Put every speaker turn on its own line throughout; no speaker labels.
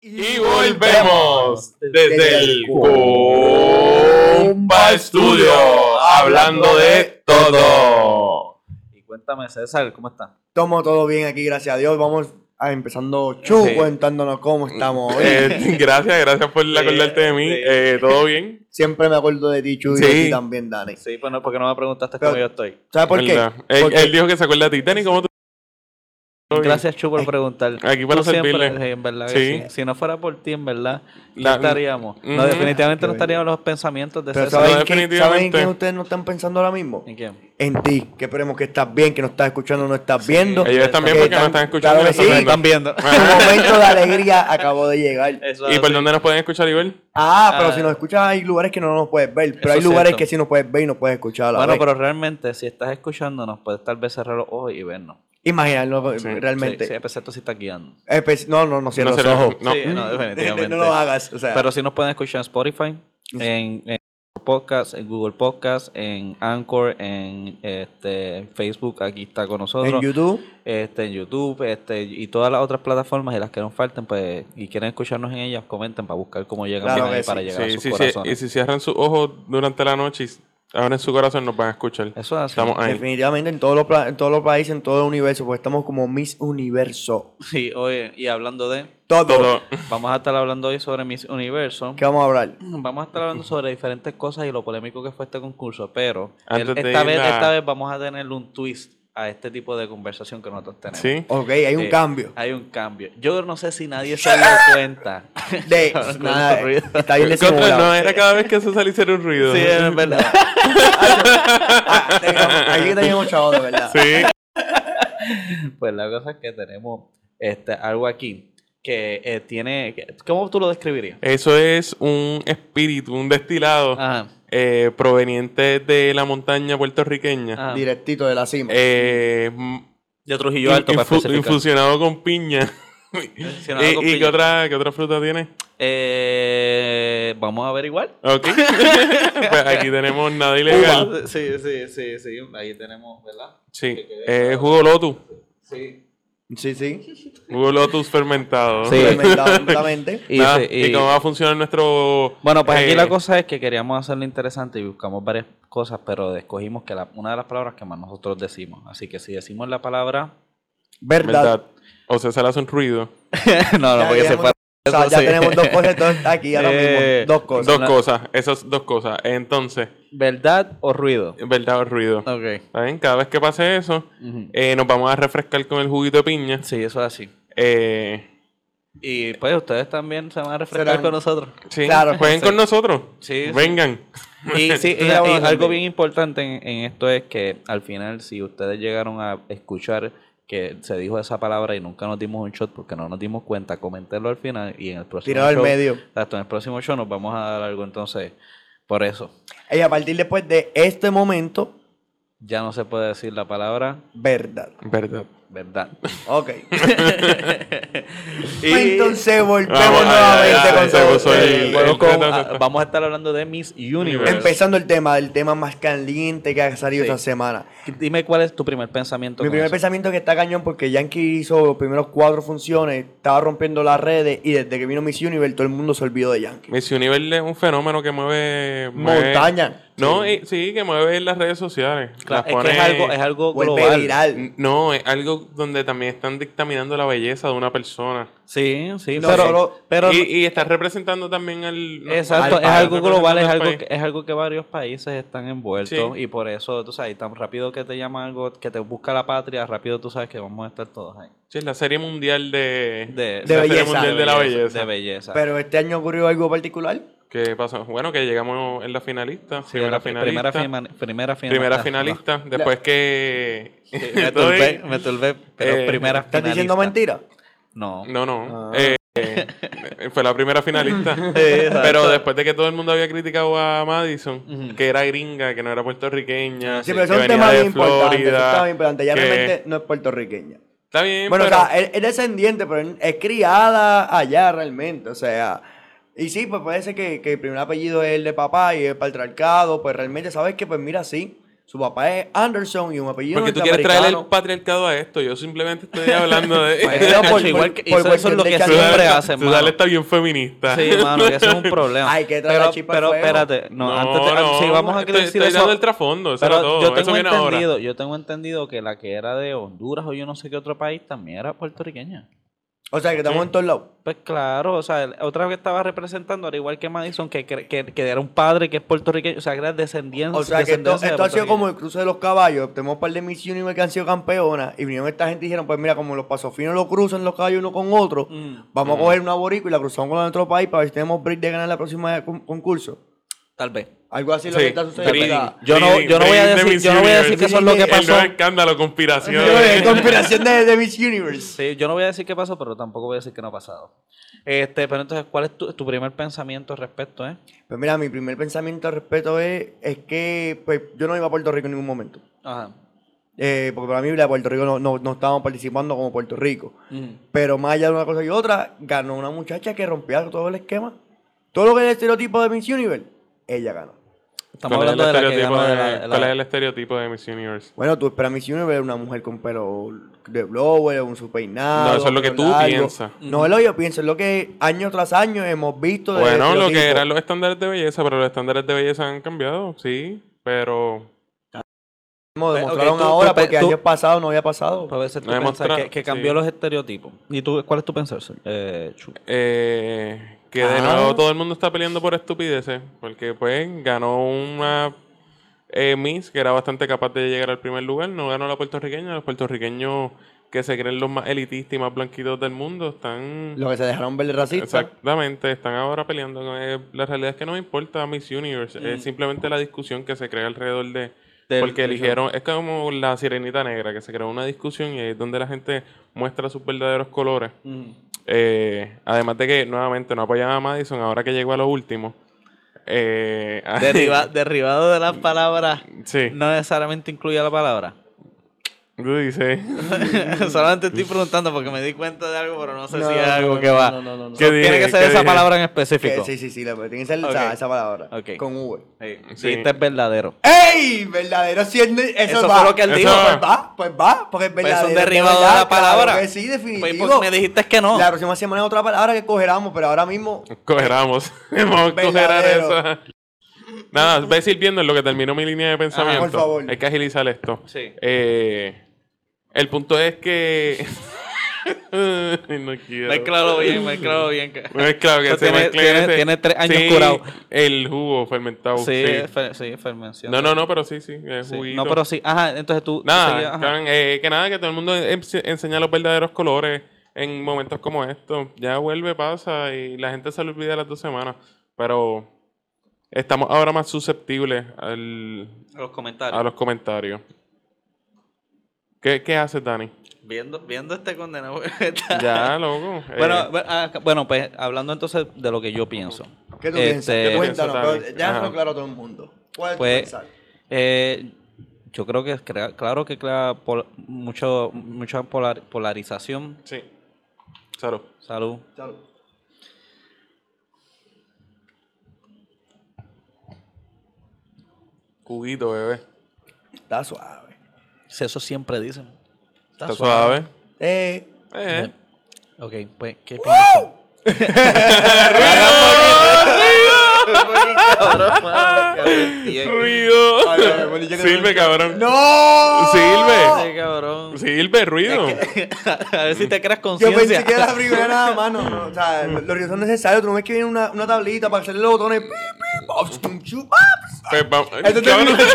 Y volvemos desde el Cumba Studio, hablando de todo.
Y cuéntame, César, ¿cómo estás?
Tomo todo bien aquí, gracias a Dios. Vamos a empezando Chu
Sí.
contándonos cómo estamos hoy.
Eh, gracias, gracias por acordarte de mí.
sí.
Eh, ¿Todo bien?
Siempre me acuerdo de ti, Chu, y
Sí.
de ti también, Dani.
Sí, pues no, porque no me preguntaste
Pero-
cómo yo estoy.
¿Sabes Ah, por qué?
¿Verdad? Él,
Porque-
él dijo que se acuerda de ti. Dani, ¿cómo tú? ¿Todo bien?
Gracias, Chu, por preguntar.
Aquí para
Tú siempre-
servirle.
sí, en verdad que
Sí.
sí. Si no fuera por ti, en verdad, ¿qué
La-
estaríamos? No,
Ujú.
definitivamente
Qué
no estarían los pensamientos de
Pero
César.
No,
¿saben, qué, ¿saben
definitivamente.
qué ustedes no están pensando ahora mismo?
¿En quién?
En ti, que esperemos que estás bien, que nos estás escuchando, no estás viendo.
Ellos también
que
porque no
están-
están escuchando.
claro que
y no
sí.
están viendo.
viendo.
Tu momento de alegría acabó de llegar.
Eso
¿Y
es
por
así.
dónde nos pueden escuchar, Igual?
Ah, pero
Ah.
si nos escuchas hay lugares que no nos puedes ver, pero
Eso
hay
es
lugares
cierto.
que sí nos puedes ver y nos puedes escuchar a la
Bueno,
vez.
pero realmente, si estás escuchándonos, puedes tal vez cerrar los ojos y vernos.
Imaginarlo
Sí,
realmente.
Sí, sí, excepto si estás guiando.
Espe- no, no, no cierres
No
los
cierres-
ojos.
No.
Sí, no, definitivamente.
no lo hagas. O sea,
Pero si nos pueden escuchar en Spotify, en, en Podcast, en Google Podcast, en Anchor, en este, en Facebook, aquí está con nosotros.
en YouTube,
este, en YouTube, este, y todas las otras plataformas y las que nos falten, pues, y quieren escucharnos en ellas, comenten para buscar cómo llegan
Claro
bien
que
ahí para
sí.
llegar a
Sí,
sus
sí, sí. Y
corazones.
si cierran sus ojos durante la noche y abren su corazón, nos van a escuchar.
Eso es así.
Estamos ahí.
definitivamente en todos los pla- en todos los países, en todo el universo, pues estamos como Miss Universo.
Sí, oye, y hablando de,
Todo.
Todo.
vamos a estar hablando hoy sobre Miss Universo.
¿Qué vamos a hablar?
Vamos a estar hablando sobre diferentes cosas y lo polémico que fue este concurso, pero el-
Antes de
esta,
ir
vez,
a-
esta vez vamos a tener un twist a este tipo de conversación que nosotros tenemos.
Sí.
Ok, hay un
Eh,
cambio.
Hay un cambio. Yo no sé si nadie se dio cuenta.
De,
Ahora con
nada,
ese ruido.
está bien
Contra, no,
desimulado.
era cada vez que eso saliera un ruido.
Sí, es verdad.
Ah, teníamos- Aquí teníamos chavos, de verdad.
Sí.
Pues la cosa es que tenemos este, algo aquí que eh, tiene. que- ¿Cómo tú lo describirías?
Eso es un espíritu, un destilado
Ajá,
eh, proveniente de la montaña puertorriqueña.
ajá.
Directito de la cima.
Eh, m-
De Trujillo
in-
Mm. Alto, para
infu-
especificar. Eh,
infusionado con piña.
Infusionado
¿Y,
con
y
piña.
qué otra, qué otra fruta tiene?
Eh, Vamos a ver igual.
Ok. pues aquí tenemos nada ilegal.
Sí, sí, sí, sí. Ahí tenemos, ¿verdad?
Sí. Eh, jugo lotus.
Sí.
Sí, sí.
Jugo lotus fermentado.
Sí.
Fermentado completamente.
Y
Nada,
sí,
y,
y-
cómo va a funcionar nuestro.
Bueno, pues aquí
eh,
la cosa es que queríamos hacerlo interesante y buscamos varias cosas, pero escogimos que la- una de las palabras que más nosotros decimos. Así que si decimos la palabra.
Verdad.
Verdad. O sea, sale hace un ruido.
no, no,
Ya
porque se
tenemos-
fue.
O sea, ya
sí.
tenemos dos cosas entonces, aquí ahora
Eh,
mismo. Dos cosas.
Dos
la-
cosas, esas dos cosas. Entonces,
¿Verdad o ruido?
verdad o ruido.
Ok.
¿Está bien? Cada vez que pase eso, eh, nos vamos a refrescar con el juguito de piña.
Sí, eso es así.
Eh,
Y pues ustedes también se van a refrescar
Serán-
con nosotros.
sí,
Claro,
jueguen
sí.
con nosotros.
Sí, sí.
Vengan.
Y, sí, y-
Tú la vas
y
a sentir.
algo bien importante en, en esto es que al final, si ustedes llegaron a escuchar que se dijo esa palabra y nunca nos dimos un shot porque no nos dimos cuenta, comentenlo al final y en el próximo
Tirado al
show-
medio.
Exacto, en el próximo show nos vamos a dar algo entonces. Por eso,
Y a partir después de este momento,
ya no se puede decir la palabra
verdad.
Verdad.
verdad.
Ok.
Y-
Entonces volvemos
Vamos,
nuevamente
ay, ay,
con eh,
ay,
todo
se puso
ustedes.
el-
Bueno, con-
el-
ah, vamos a estar hablando de Miss Universe.
Empezando el tema, el tema más caliente que ha salido
Sí.
esta semana.
Dime cuál es tu primer pensamiento.
Mi
con
primer
eso.
pensamiento es que está cañón porque Yankee hizo los primeros cuatro funciones, estaba rompiendo las redes y desde que vino Miss Universe todo el mundo se olvidó de Yankee.
Miss Universe es un fenómeno que mueve. mueve-
Montaña.
No, y- sí. que mueve las redes sociales.
Claro,
Las
es que es
pone-
algo, es algo
Vuelve
global. Mm,
viral.
No, es algo donde también están dictaminando la belleza de una persona.
Sí, sí,
No,
pero,
solo-
pero
y, y está representando también al.
exacto,
al
es
país,
algo global, es
representando
algo,
al
que,
país.
es algo que varios países están envueltos
Sí.
y por eso, tú sabes, y tan rápido que te llama algo, que te busca la patria, rápido tú sabes que vamos a estar todos ahí.
Sí, es la serie mundial de.
De,
la
De
serie
belleza.
mundial de la belleza.
De belleza.
Pero este año ocurrió algo particular.
¿Qué pasó? Bueno, que llegamos en la finalista.
Sí,
primera,
la
finalista
primera fima- primera finalista.
primera finalista. Después que.
Sí, Me
Estoy-
turbé, me turbé, pero
Eh,
primera
¿Estás
finalista. Ah,
diciendo mentira?
No.
No, no.
Ah.
eh, eh, fue la primera finalista.
exacto.
pero después de que todo el mundo había criticado a Madison,
Ujú.
que era gringa, que no era puertorriqueña,
Sí, pero eso
que
es un
venía
tema
de
bien importante. eso es un tema
Florida.
bien importante. Ya
que-
realmente no es puertorriqueña.
Está bien,
Bueno,
pero
o sea, es, es descendiente, pero es criada allá realmente, o sea. Y sí, pues puede ser que, que el primer apellido es el de papá y el patriarcado, pues realmente, ¿sabes que Pues mira, sí, Su papá es Anderson y un apellido
Porque tú quieres traer el
norteamericano.
patriarcado a esto. Yo simplemente estoy hablando
Maestro,
de.
Pero por-
Hacho, igual
por-
que-
por
eso, eso es
cuestión
lo que
de calidad.
siempre hacen,
Tú
mano.
dale está bien feminista.
Sí, mano, que ese es un problema.
Ay, que trae
pero,
la chispa al
pero
fuego.
espérate, no,
No,
antes te-
no,
sí, vamos a
estoy-
decir
estoy
eso.
dando el trasfondo, eso
pero
era todo,
yo
eso
tengo
viene ahora.
entendido, yo tengo entendido que la que era de Honduras o yo no sé qué otro país también era puertorriqueña.
O sea, que estamos
Sí.
en todos lados.
Pues claro, o sea, el- otra que estaba representando, al igual que Madison, que, cre- que, que era un padre que es puertorriqueño, o sea, que era descendiente.
O sea, que esto,
descendencia de
esto ha sido como
puertorriqueños.
el cruce de los caballos. Tenemos un par de Miss Universe que han sido campeonas. Y vinieron esta gente y dijeron: Pues mira, como los pasofinos los cruzan los caballos uno con otro,
Mm.
vamos a coger una boricua y la cruzamos con nuestro país para ver si tenemos break de ganar la próxima con- concurso.
Tal vez.
Algo así es lo
Sí,
que está
breeding,
sucediendo. acá.
Yo no-
breeding,
yo no voy a
breeding de
decir-
Miss
yo no voy a decir
Universe.
que eso es lo que
El nuevo
pasó.
escándalo, conspiración.
Señores, Conspiración de, de Miss Universe.
Sí, yo no voy a decir qué pasó, pero tampoco voy a decir que no ha pasado. Este, pero entonces, ¿cuál es tu, tu primer pensamiento al respecto, eh?
Pues mira, mi primer pensamiento al respecto es, es que pues, yo no iba a Puerto Rico en ningún momento.
Ajá.
Eh, porque para mí la de Puerto Rico no, no, no estábamos participando como Puerto Rico.
Mm.
Pero más allá de una cosa y otra, ganó una muchacha que rompía todo el esquema. Todo lo que era el estereotipo de Miss Universe, ella ganó.
Estamos
¿Cuál es el
hablando de la que
estereotipo
ganó de
de-
la- de la-
¿Cuál es el estereotipo de Miss Universe?
Bueno, tú esperas Miss Universe una mujer con pelo de blower, un su peinado.
No, eso es lo que
pelo
tú
largo.
piensas.
No es lo que yo pienso, es lo que año tras año hemos visto. de
Bueno, lo que
estereotipos.
eran los estándares de belleza, pero los estándares de belleza han cambiado, sí, pero
Hemos
Ok,
demostraron
tú- tú
ahora
pe-
porque
tú-
años pasados no había pasado.
Pues a veces tú
No
piensas
demostra-
que, que cambió
sí.
los estereotipos. ¿Y tú cuál es tu pensar, Sol? eh, Chu?
eh, que
Ah.
de nuevo todo el mundo está peleando por estupideces, porque pues ganó una eh, Miss que era bastante capaz de llegar al primer lugar, no ganó la puertorriqueña, los puertorriqueños que se creen los más elitistas y más blanquitos del mundo están...
Lo que se dejaron ver de racista.
Exactamente, están ahora peleando. con- eh, la realidad es que no me importa Miss Universe, es simplemente la discusión que se crea alrededor de...
Mm. Del-
porque
del
eligieron, es como la sirenita negra, que se creó una discusión y ahí es donde la gente muestra sus verdaderos colores.
Mm.
Eh, además de que nuevamente no apoyan a Madison, ahora que llegó a lo último. Eh,
Derriba- derribado de las palabras,
sí,
no necesariamente incluía la palabra.
tú dices.
Solamente estoy preguntando porque me di cuenta de algo, pero no sé
No,
si es
no,
algo
no,
que
no,
va.
no, no, no, no.
¿Qué
Tiene
dije?
que ser
¿Qué
esa
dije?
palabra en
Que-
específico.
sí, sí,
Sí,
sí, la- tiene que ser esa-
Ok.
esa, palabra.
Ok.
Con V.
Sí.
Viste, este es verdadero.
¡Ey! Verdadero, si él- eso,
Eso
va.
fue lo que él
Eso
dijo.
Pues
va.
va, pues va, porque es
Pues
verdadero.
es un
es
derivado de
verdad,
la
claro
palabra.
que sí,
Pues,
definitivo.
pues, me dijiste que no.
La próxima semana es otra palabra que cogeramos, pero ahora mismo.
Cogeramos. Vamos a coger a
Verdadero.
esa. Nada, voy a decir viendo en lo que terminó mi línea de pensamiento.
por favor.
Hay que agilizar esto.
Sí.
Eh, el punto es que. no quiero.
Mezclalo bien, mezclalo bien.
Mezclado, que
Eso
se
tiene-
mezcle
tiene-
ese-
tiene tres años
Sí,
curado.
El jugo fermentado.
Sí,
sí.
fer- sí, fermentación.
No, no, no, pero sí, sí. Es
Sí.
juguito.
No, pero sí. Ajá, entonces tú. tú seguías,
Nada,
ajá.
cabrón, eh, que nada, que todo el mundo ens- enseña los verdaderos colores en momentos como estos. Ya vuelve, pasa y la gente se lo olvida las dos semanas. Pero estamos ahora más susceptibles al-
Los
a
comentarios.
los comentarios. ¿Qué, qué haces, Dani?
Viendo, viendo este condenado.
Ya, loco. eh,
Bueno, bu- ah, bueno, pues hablando entonces de lo que yo pienso.
¿Qué tú
Este,
piensas?
tú
Cuéntanos,
piensas,
pero
Dani?
déjalo
Ajá.
claro a todo el mundo. ¿Cuál es tu
Pues,
pensar?
eh, yo creo que, es crea- claro que crea pol- mucho, mucha polar- polarización.
sí. Claro.
Salud.
Salud.
Juguito, bebé.
Está suave.
Sí, Eso siempre dicen. Está
Está suave.
Eh,
Eh.
Ok, pues, ¿qué pienso?
Ruido.
Ay, ay, bueno, ya que
Sirve, cabrón.
¡No!
Sirve.
Sí, cabrón.
Sirve, ruido.
A ver si te creas
Yo pensé
conciencia.
que era la primera nada más, no, no, o sea, los ríos son necesarios, tú no ves que viene una, una tablita para hacerle los botones, pi, pi, pops, pum, chu, pops.
Pues vamos.
Este es el
Cabrón,
mismo-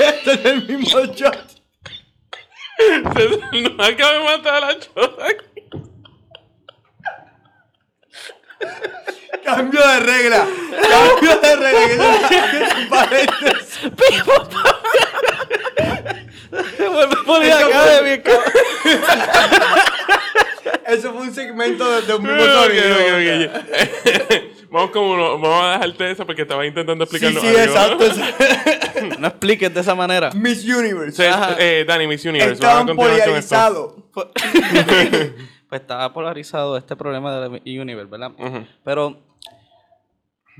este es el mismo shot.
nos acaba de matar a la chota.
Cambio de regla. Cambio de regla. Que se- que se parece.
Se vuelve política académica.
Eso fue un segmento de, de un mismo
Ok,
sonido.
ok, ok. Vamos como uno- vamos a dejarte eso porque estaba intentando
Sí,
explicarlo.
sí, exacto.
algo.
exacto.
No expliques de esa manera.
Miss Universe.
Se- eh, Dani, Miss Universe.
Estaban
vamos a continuar con esto.
polarizados.
Pues estaba polarizado este problema del Universe, ¿verdad?
Ujú.
Pero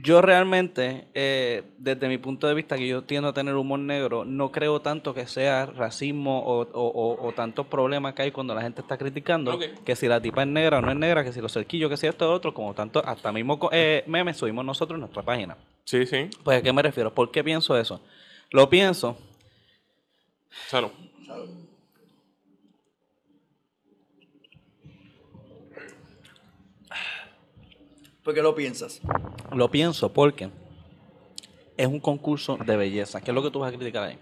Yo realmente, eh, desde mi punto de vista, que yo tiendo a tener humor negro, no creo tanto que sea racismo o, o- o- o tantos problemas que hay cuando la gente está criticando.
Ok.
Que si la tipa es negra o no es negra, que si los cerquillos, que si esto o lo otro, como tanto, hasta mismo co- eh, memes subimos nosotros en nuestra página.
Sí, sí.
Pues, ¿a qué me refiero? ¿Por qué pienso eso? Lo pienso
Salud.
¿Por qué lo piensas?
Lo pienso porque es un concurso de belleza. ¿Qué es lo que tú vas a criticar ahí?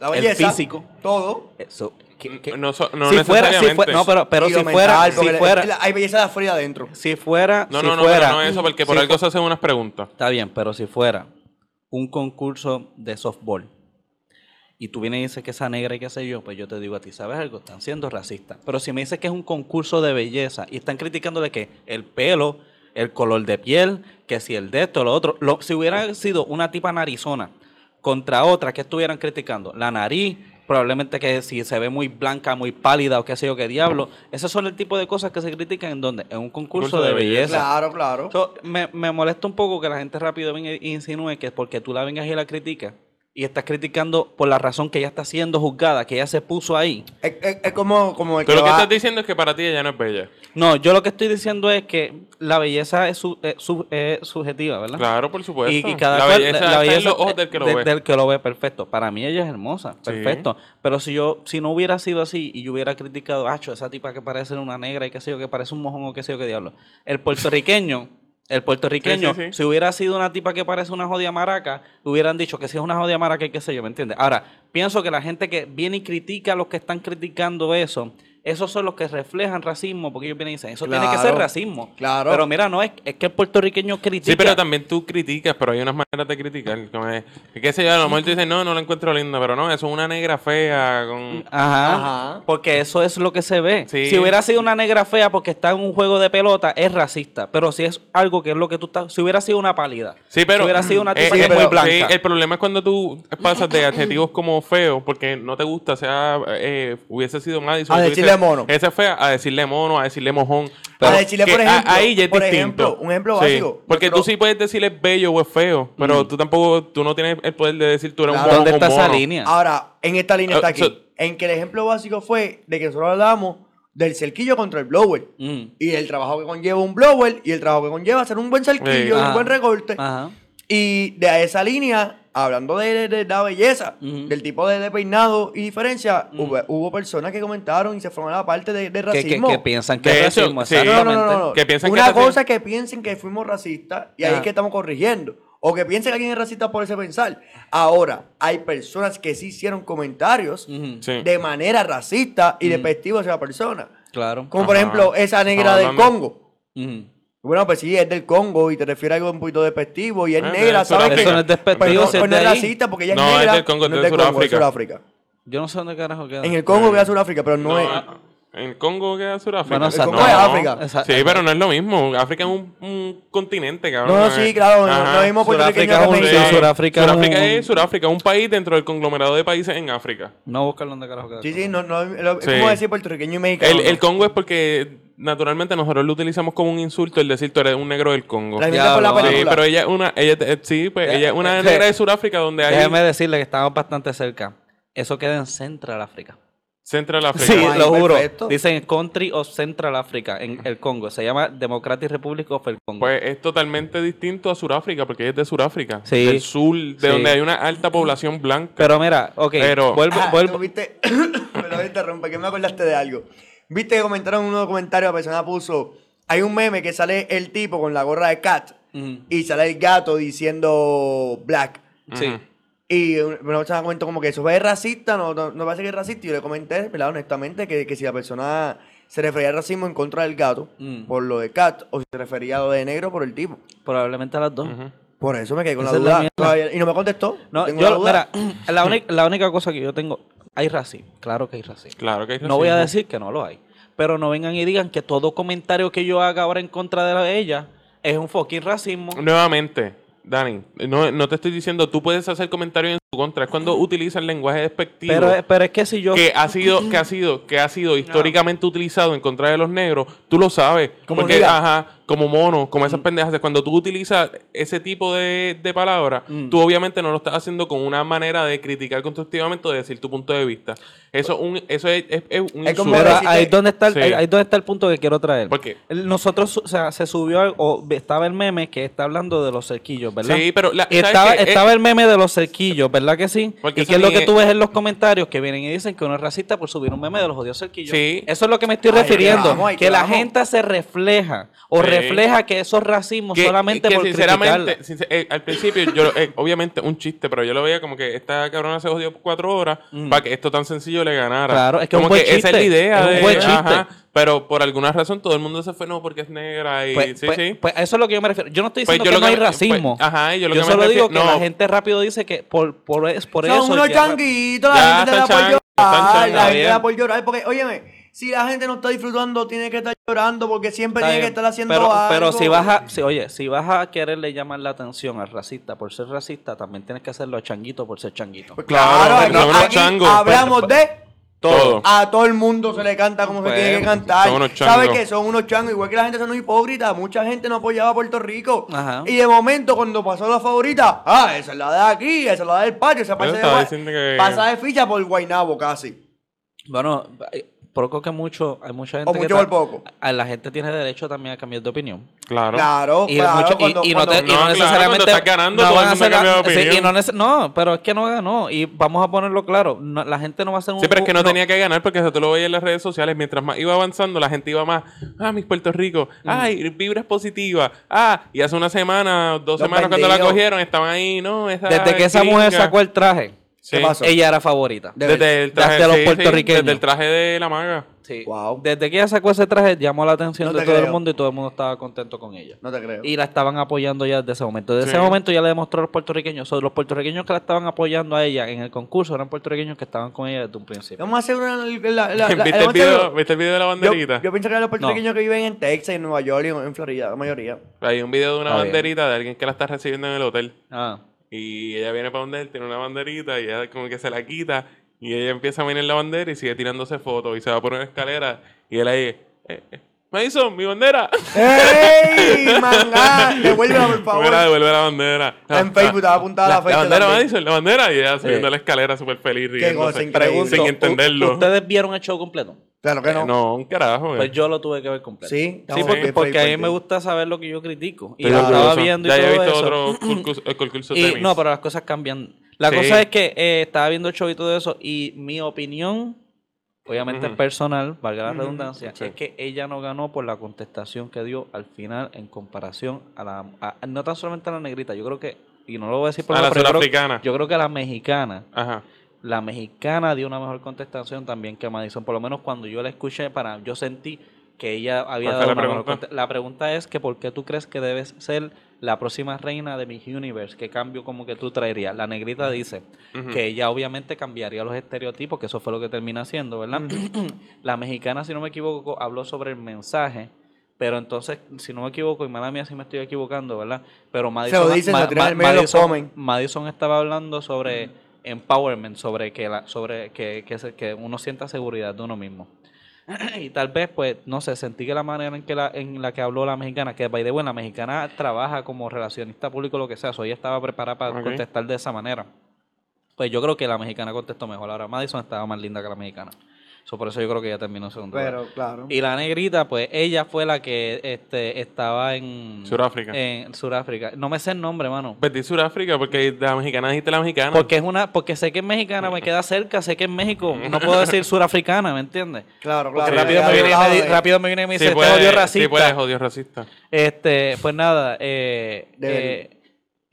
La
El
belleza.
físico.
Todo.
Eso. ¿qué- qué?
No, so- no
si fuera, si
necesariamente.
fue- no, pero, pero
Y
si
lo
fuera,
mental,
si
porque la-
fuera,
la- hay belleza de afuera y de adentro.
si fuera,
No,
si
no, no,
fuera,
pero no es eso, porque por
si
algo
fu-
se hacen unas preguntas.
está bien, pero si fuera un concurso de softball y tú vienes y dices que esa negra y qué sé yo, pues yo te digo a ti, ¿sabes algo? Están siendo racistas. Pero si me dices que es un concurso de belleza y están criticándole que el pelo, el color de piel, que si el de esto, lo otro, lo- si hubiera sido una tipa narizona contra otra que estuvieran criticando, la nariz, probablemente que si se ve muy blanca, muy pálida o qué sé yo, qué diablo, esos son el tipo de cosas que se critican en donde, en un concurso de,
de
belleza.
belleza.
Claro, claro.
So, me, me molesta un poco que la gente rápido venga e insinúe que porque tú la vengas y la criticas y estás criticando por la razón que ella está siendo juzgada, que ella se puso ahí.
Es, es- es como, como el
Tú
que
lo que
va-
estás diciendo es que para ti ella no es bella.
No, yo lo que estoy diciendo es que la belleza es, su- es su- es subjetiva, ¿verdad?
Claro, por supuesto.
Y, y cada
la
cual-
belleza,
la
está en
belleza
los ojos del que lo
de-
ve.
del que lo ve, perfecto. Para mí ella es hermosa, perfecto. Pero si yo, si no hubiera sido así y yo hubiera criticado, acho, esa tipa que parece una negra y qué sé yo, que parece un mojón o qué sé yo, qué diablo. El puertorriqueño, el puertorriqueño,
Sí, sí, sí.
si hubiera sido una tipa que parece una jodida maraca, hubieran dicho que si es una jodida maraca y qué sé yo, ¿me entiendes? Ahora, pienso que la gente que viene y critica a los que están criticando eso, esos son los que reflejan racismo, porque ellos vienen y dicen, eso tiene que ser
Claro,
racismo.
claro.
Pero mira, no, es, es que el puertorriqueño critica.
Sí, pero también tú criticas, pero hay unas maneras de criticar. Como de- qué sé yo, a lo mejor tú dices, no, no la encuentro linda, pero no, eso es una negra fea. Con...
Ajá,
Ajá.
Porque eso es lo que se ve.
Sí.
Si hubiera sido una negra fea porque está en un juego de pelota, es racista. Pero si es algo que es lo que tú estás. Si hubiera sido una pálida.
Sí, pero.
Si hubiera sido una
eh,
tipa
eh,
que es muy
sí,
blanca.
el problema es cuando tú pasas de adjetivos como feo, porque no te gusta, sea. eh, hubiese sido Madison.
A
tú
decirle
dices,
mono.
Esa es fea, a decirle mono, a decirle mojón.
A
Pero
decirle,
que
por
a-
ejemplo,
ahí ya es
por
distinto.
ejemplo, un ejemplo
Sí,
básico.
Porque tú
Nuestro- Mm.
sí puedes decirle bello o es feo, pero tú tampoco. Tú no tienes el poder de decir tú eres un
Claro.
mono.
¿Dónde
con
está esa
mono.
línea?
Ahora, en esta línea está
Ah,
aquí.
so-
en que el ejemplo básico fue de que nosotros hablábamos del cerquillo contra el blower.
Mm.
Y el trabajo que conlleva un blower y el trabajo que conlleva hacer un buen
Sí.
cerquillo,
Ajá.
un buen recorte.
Ajá.
Y de esa línea, hablando de, de- de la belleza,
Ujú.
del tipo de, de peinado y diferencia, hubo, hubo personas que comentaron y se fueron a la parte de, de
Que, que-
racismo.
que piensan que
De
es
hecho,
racismo.
sí.
no, no,
Exactamente.
no, no, no.
Que piensan que
Una
racismo-
cosa es que piensen que fuimos racistas y ahí es
Ah.
Ajá.
que estamos corrigiendo. O que piensen que alguien es racista por ese pensar. Ahora, hay personas que sí hicieron comentarios
Ujú,
Sí.
de manera racista y despectiva hacia la persona.
Claro.
Como por
Ajá.
ejemplo, esa negra
Estamos
del
hablando-
Congo.
Ujú.
Bueno, pues sí, es del Congo y te refiere a algo un poquito despectivo y es
Ah,
negra,
de
¿sabes?
Sudáfrica.
que-
Eso no es despectivo,
Pero no,
si es
pero no
de
es
ahí.
racista porque ella es
No, es
negra.
del Congo,
no
es
es
de
del Congo, es de
Sudáfrica.
Sudáfrica.
Yo no sé dónde carajo queda.
En el Congo queda Sudáfrica, pero no, es...
ah, ¿En Congo queda Sudáfrica?
Bueno,
África?
exacto.
no,
El Congo
es
no.
África.
Exacto.
Sí, pero no es lo mismo. África es un, un continente, cabrón. Eh,
No, sí, claro, no-
Ajá.
no vimos
Sudáfrica
puertorriqueños
es un-
que
Sí,
Sí,
me-
Sudáfrica es
Sudáfrica
un-
es Sudáfrica, un país dentro del conglomerado de países en África.
No buscar dónde carajo queda.
Sí, sí, no, no, lo- es
Sí.
como decir puertorriqueño y mexicano.
El,
¿no?
el Congo es porque naturalmente nosotros lo utilizamos como un insulto el decir tú eres un negro del Congo.
La
Sí,
Realmente
misma por la
Diablo, mano.
película.
pero ella es una, ella, eh, sí, pues,
Ya,
ella es una
eh,
negra de Sudáfrica donde hay
Déjeme decirle que estamos bastante cerca. Eso queda en Central África.
Central África.
Sí,
Ay,
lo juro.
Pues perfecto.
Dicen Country of Central Africa en el Congo. Se llama Democratic Republic of el Congo.
Pues es totalmente distinto a Sudáfrica porque ella es de Sudáfrica,
Sí.
del sur, de
Sí.
donde hay una alta población blanca.
pero mira, ok,
Pero-
vuelvo,
Ah,
vuelvo-
¿tú viste? Perdón, me interrumpa, que me acordaste de algo. Viste que comentaron en uno de los comentarios, la persona puso, hay un meme que sale el tipo con la gorra de cat
Mm,
y sale el gato diciendo black.
Sí.
Ujú.
Y una persona comentó como que eso es racista, no, no, no parece que es racista. Y yo le comenté, ¿verdad? honestamente, que, que si la persona se refería al racismo en contra del gato
Mm.
por lo de cat o si se refería a lo de negro por el tipo.
Probablemente a las dos.
Ujú.
Por eso me quedé con
Esa
la
es la
duda.
mierda.
todavía, y no me contestó.
No,
Tengo
yo,
la duda.
mira, la, única- la única cosa que yo tengo, hay racismo, claro que hay racismo.
Claro que hay
No voy a
racismo.
decir que no lo hay, pero no vengan y digan que todo comentario que yo haga ahora en contra de la- ella es un fucking racismo.
Nuevamente, Dani, no, no te estoy diciendo, tú puedes hacer comentarios en contra. Es cuando utiliza el lenguaje despectivo.
Pero, pero es que si yo...
que ha sido que ha sido que ha sido históricamente utilizado en contra de los negros tú lo sabes
Como
porque
nigga.
ajá como mono como
Mm.
esas pendejas cuando tú utilizas ese tipo de, de palabras
Mm.
tú obviamente no lo estás haciendo con una manera de criticar constructivamente o de decir tu punto de vista eso un eso es, es- es un
Es como
insulto.
Pero
decirte-
ahí es donde está el,
Sí.
ahí- ahí es donde está el punto que quiero traer.
¿Por qué?
El- Nosotros, o sea, se subió o ve- estaba el meme que está hablando de los cerquillos, ¿verdad?
Sí, pero la- ¿sabes
estaba,
qué? Es-
estaba el meme de los cerquillos, ¿verdad que sí?
Porque
Y
eso
que es lo
ni
que
es-
tú ves en los comentarios que vienen y dicen que uno es racista por subir un meme de los odios cerquillos.
Sí.
Eso es lo que me estoy
Ay,
refiriendo.
vamos, ay,
que la
vamos.
gente se refleja o
Sí.
refleja que eso es racismo
que-
solamente
que
por
sinceramente
criticarla.
sincer- eh, al principio yo eh, obviamente un chiste pero yo lo veía como que esta cabrona se jodió por cuatro horas para que esto tan sencillo le ganara
Mm. Claro, es que es
como
un buen
que esa es la
chiste,
idea
es un
de-
buen chiste.
ajá, pero por alguna razón todo el mundo se fue no porque es negra y
Pues,
sí
pues-
sí
pues a eso es lo que yo me refiero. Yo no estoy
Pues
diciendo
yo
que
lo
no
que
hay
me-
racismo.
pues, ajá, yo lo que me
solo digo que
refiero-
la
no.
gente rápido dice que por, por, es- por eso...
Son unos
ya-
changuitos, la
Ya
gente
están
da por
changos,
llorar.
están changos,
la
está
gente da
bien.
por llorar. Porque, óyeme, si la gente no está disfrutando, tiene que estar llorando porque siempre
Está
tiene que
bien,
estar haciendo
pero,
algo.
Pero si vas a, si- oye, si vas a quererle llamar la atención al racista por ser racista, también tienes que hacerlo a changuito por ser changuito.
Pues
Claro,
claro,
son
aquí,
unos
aquí
changos.
hablamos de...
todo
A todo el mundo se le canta como
Pues,
se tiene que cantar.
son unos changos.
¿Sabes qué? Son unos changos. Igual que la gente son unos hipócritas. Mucha gente no apoyaba a Puerto Rico.
Ajá.
Y de momento, cuando pasó la favorita, ah, esa es la de aquí, esa es la del patio, esa pasa
Pero
de,
estaba
gua-
diciendo que-
pasa de ficha por Guainabo casi.
Bueno, eh, poco que mucho, hay mucha gente
O
que
mucho
ta-
por poco.
a la gente tiene derecho también a cambiar de opinión.
claro
Claro,
Y,
claro.
mucho- y-
cuando-
y no, te-
cuando-
y no
No, claro,
necesariamente
cuando estás ganando,
no
todo
van
el
a
mundo
hacer la-
cambia de
sí,
opinión.
y no, nece- no, pero es que no ganó y vamos a ponerlo claro, no- la gente no va a hacer un
Sí, pero es que no,
un-
tenía que ganar porque eso te lo veía en las redes sociales. Mientras más iba avanzando, la gente iba más. Ah, mis Puerto Rico.
Mm.
Ay, vibras positivas. Ah, y hace una semana, dos
Los
semanas cuando la
bandidos.
cogieron, estaban ahí, ¿no? Esa
desde que esa mujer
gringa.
sacó el traje,
Sí.
¿Qué pasó?
ella era favorita.
De-
Desde el traje,
Desde los
sí, sí,
puertorriqueños.
desde el traje de la maga.
Sí.
Wow.
Desde que ella sacó ese traje llamó la atención
No
de
te
todo el
creo.
mundo y todo el mundo estaba contento con ella.
No te creo.
Y la estaban apoyando ya desde ese momento. Desde
Sí.
ese momento ya le demostró a los puertorriqueños. So, los puertorriqueños que la estaban apoyando a ella en el concurso eran puertorriqueños que estaban con ella desde un principio.
Vamos a hacer una... la- la- la- la-
¿Viste,
vamos
el
a hacer-
video, ¿Viste el video de la
Yo,
banderita?
yo pienso que los puertorriqueños que viven en Texas, en Nueva York y en en Florida, la mayoría.
Hay un video de una
Está bien.
banderita de alguien que la está recibiendo en el hotel.
Ah.
Y ella viene para donde él, tiene una banderita y ella como que se la quita. Y ella empieza a mirar la bandera y sigue tirándose fotos. Y se va por una escalera. Y él ahí, eh, eh, Mason, mi bandera.
¡Ey, manga! Devuélvela, por favor.
Mira, devuelve la bandera.
En Facebook estaba apuntada la fecha
bandera,
también.
Madison, la bandera. Y ella subiendo la escalera súper feliz,
cosa
riéndose,
increíble.
sin
Pregunto,
entenderlo.
¿Ustedes vieron el show completo?
Claro que no.
No, un carajo. eh.
Pues yo lo tuve que ver completo.
Sí,
Sí,
estamos
porque,
bien
porque a mí
Facebook.
me gusta saber lo que yo critico. Y
Estoy
lo estaba
orgulloso.
viendo y
Ya yo
todo
he visto
eso. Mm.
otro eh, concurso, el concurso de
Y,
Miss.
no, pero las cosas cambian. La
Sí.
cosa es que eh, estaba viendo el show y todo eso y mi opinión, obviamente
Ujú.
personal, valga la redundancia,
Sí.
es que ella no ganó por la contestación que dio al final en comparación a la... a- no tan solamente a la negrita, yo creo que, y no lo voy a decir por
A
nada,
Ah, la
pero yo creo-
sudafricana.
Yo creo que la mexicana,
Ajá.
la mexicana dio una mejor contestación también que Madison, por lo menos cuando yo la escuché, para yo sentí que ella había
¿Cuál fue
dado
la
una mejor
pregunta?
conte- La pregunta es que ¿por qué tú crees que debes ser la próxima reina de Miss Universe? ¿Qué cambio como que tú traerías? La negrita dice
Ujú.
que ella obviamente cambiaría los estereotipos, que eso fue lo que termina haciendo, ¿verdad? la mexicana, si no me equivoco, habló sobre el mensaje. Pero entonces, si no me equivoco, y mala mía si me estoy equivocando, ¿verdad? Pero Madison,
dicen, lo tiran al medio y lo
Madison-
comen.
Madison estaba hablando sobre empowerment, sobre que la, sobre que, que, se- que uno sienta seguridad de uno mismo. y tal vez, pues, no sé, sentí que la manera en que la, en la que habló la mexicana, que by the way, la mexicana trabaja como relacionista público, lo que sea, so ella estaba preparada para
Ok.
contestar de esa manera. Pues yo creo que la mexicana contestó mejor. Ahora Madison estaba más linda que la mexicana. So, por eso yo creo que ella terminó en segundo. lugar.
Pero, claro.
Y la negrita, pues ella fue la que este, estaba en
Suráfrica.
En Suráfrica. No me sé el nombre, mano.
Perdí Sudáfrica porque de la mexicana dijiste la mexicana.
Porque es una, porque sé que es mexicana, me queda cerca, sé que es México. No puedo decir surafricana, ¿me entiendes?
Claro,
Porque
claro.
rápido,
ya
me
lo
viene y me,
hablaba
di-
de-
rápido me viene y me dice,
sí,
"Este
puedes,
odio
Sí, puedes,
racista.
odio racista.
este, pues nada, eh,
De-
eh,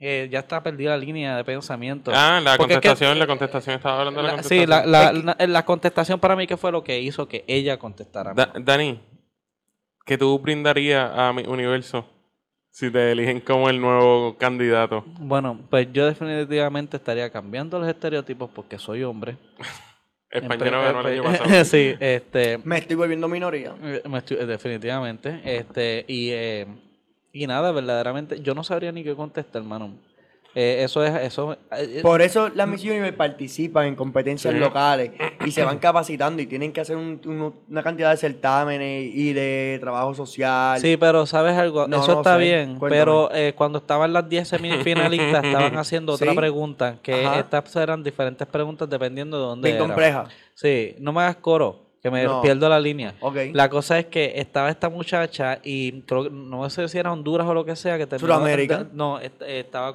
eh, ya está perdida la línea de pensamiento.
Ah, la
Porque es que-
contestación, la contestación. Estaba hablando de la
la-
contestación. Eh,
sí, la, la, la- la contestación para mí que fue lo que hizo que ella contestara.
Da- Dani, ¿qué tú brindarías a mi universo si te eligen como el nuevo candidato?
Bueno, pues yo definitivamente estaría cambiando los estereotipos porque soy hombre.
Español
Empre-
ganó el año
eh,
pasado.
sí, este,
Me estoy volviendo minoría.
eh, me estoy- eh, definitivamente, este, y, eh, y nada, verdaderamente, yo no sabría ni qué contestar, hermano. Eh, eso es, eso. eh, eh,
Por eso las Miss Universe participan en competencias
Sí.
locales y se van capacitando y tienen que hacer un- un- una cantidad de certámenes y de trabajo social.
Sí, pero sabes algo,
No,
eso
no
está
sé,
bien,
cuéntame.
pero eh, cuando estaban las 10 semifinalistas estaban haciendo otra
Sí.
pregunta, que
Ajá.
estas eran diferentes preguntas dependiendo de dónde
Bien
era.
compleja.
Sí, no me hagas coro, que me
No.
pierdo la línea.
Ok.
La cosa es que estaba esta muchacha y creo que- no sé si era Honduras o lo que sea que terminó-
Suramérica.
No, est- eh, estaba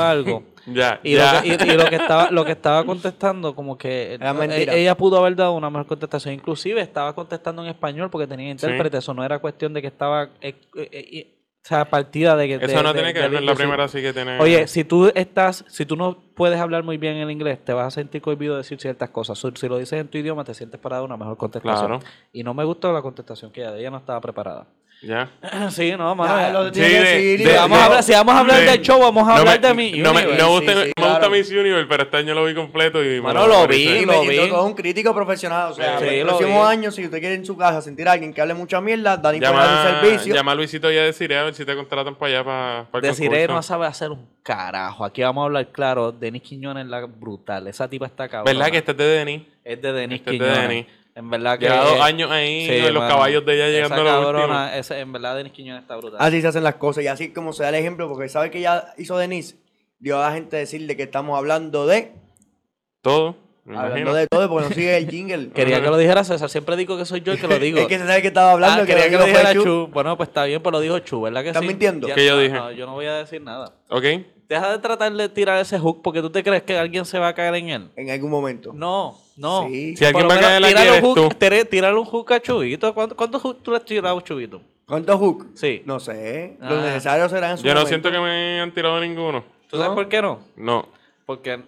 algo.
Ya,
Y,
ya.
lo que, y- y lo que estaba lo que estaba contestando como que
Era
no,
mentira.
e- ella pudo haber dado una mejor contestación inclusive estaba contestando en español porque tenía intérprete eso no era cuestión de que estaba eh, eh, eh, o sea partida de que
Eso
de-
no
de-
tiene que
de-
ver, no es la
de-
primera sí que tiene...
Oye, si tú estás, si tú no puedes hablar muy bien el inglés, te vas a sentir cohibido de decir ciertas cosas. Si- Si lo dices en tu idioma, te sientes para dar una mejor contestación.
Claro.
Y no me gustó la contestación que ella, dio, ella no estaba preparada.
Ya.
sí, no, mano.
Ya, lo
eh,
tienes que
de-
decir y
de-
lo-
vamos a hablar- si vamos a hablar del show, vamos a
no
hablar
me-
de Miss
No me, no
Universe.
gusta,
Sí, sí,
me gusta
claro.
Miss Universe, pero este año lo vi completo y... me
Bueno, lo vi,
aburrí.
Y
lo
me
vi.
quitó todo un crítico profesional. O sea,
Sí,
en el
lo
próximo
vi.
año, si usted quiere en su casa sentir a alguien que hable mucha mierda, Dani puede
Llama,
dar un servicio.
llama a Luisito y a Desiree a ver si te contratan para allá, para, para el
Desiree no
concurso.
sabe hacer un carajo. Aquí vamos a hablar claro. Denis Quiñones la brutal. Esa tipa está cabrona.
¿Verdad que este es de Denis?
es de Denis
este es de
Quiñones?
Denis.
En verdad que
Lleva dos años ahí, en los
mano.
caballos de ella llegando
esa
a la última.
cabrona, esa- en verdad Denis Quiñones está brutal.
Así se hacen las cosas y así como se da el ejemplo, porque sabe que ya hizo Denise, dio a la gente decirle que estamos hablando de,
Todo, me imagino.
hablando de todo, porque no sigue el jingle.
Quería que lo dijera César. Siempre digo que soy yo el que lo digo.
Es que se sabe que estaba hablando,
Ah,
que
quería
lo
que lo
dijo fue
dijera
Chu.
Chu. Bueno, pues está bien, pero lo dijo Chu, ¿verdad que
¿Estás
sí?
mintiendo?
Ya
¿Qué yo
está,
dije?
No, yo no voy a decir nada.
¿Ok?
Deja de tratar de tirar ese hook porque tú te crees que alguien se va a caer en él.
En algún momento.
No, no.
Sí.
Si alguien
Por
va a
lo
caer
menos
en la
tírale
eres
un
tú.
hook- tere- Tírale un hook a Chubito. ¿Cuántos cuánto hook tú le has tirado a Chubito?
¿Cuántos hook?
Sí.
No sé.
Ah.
Los necesarios serán en su
Yo no
momento.
siento que me han tirado ninguno.
¿Tú sabes por qué no?
No.
Porque.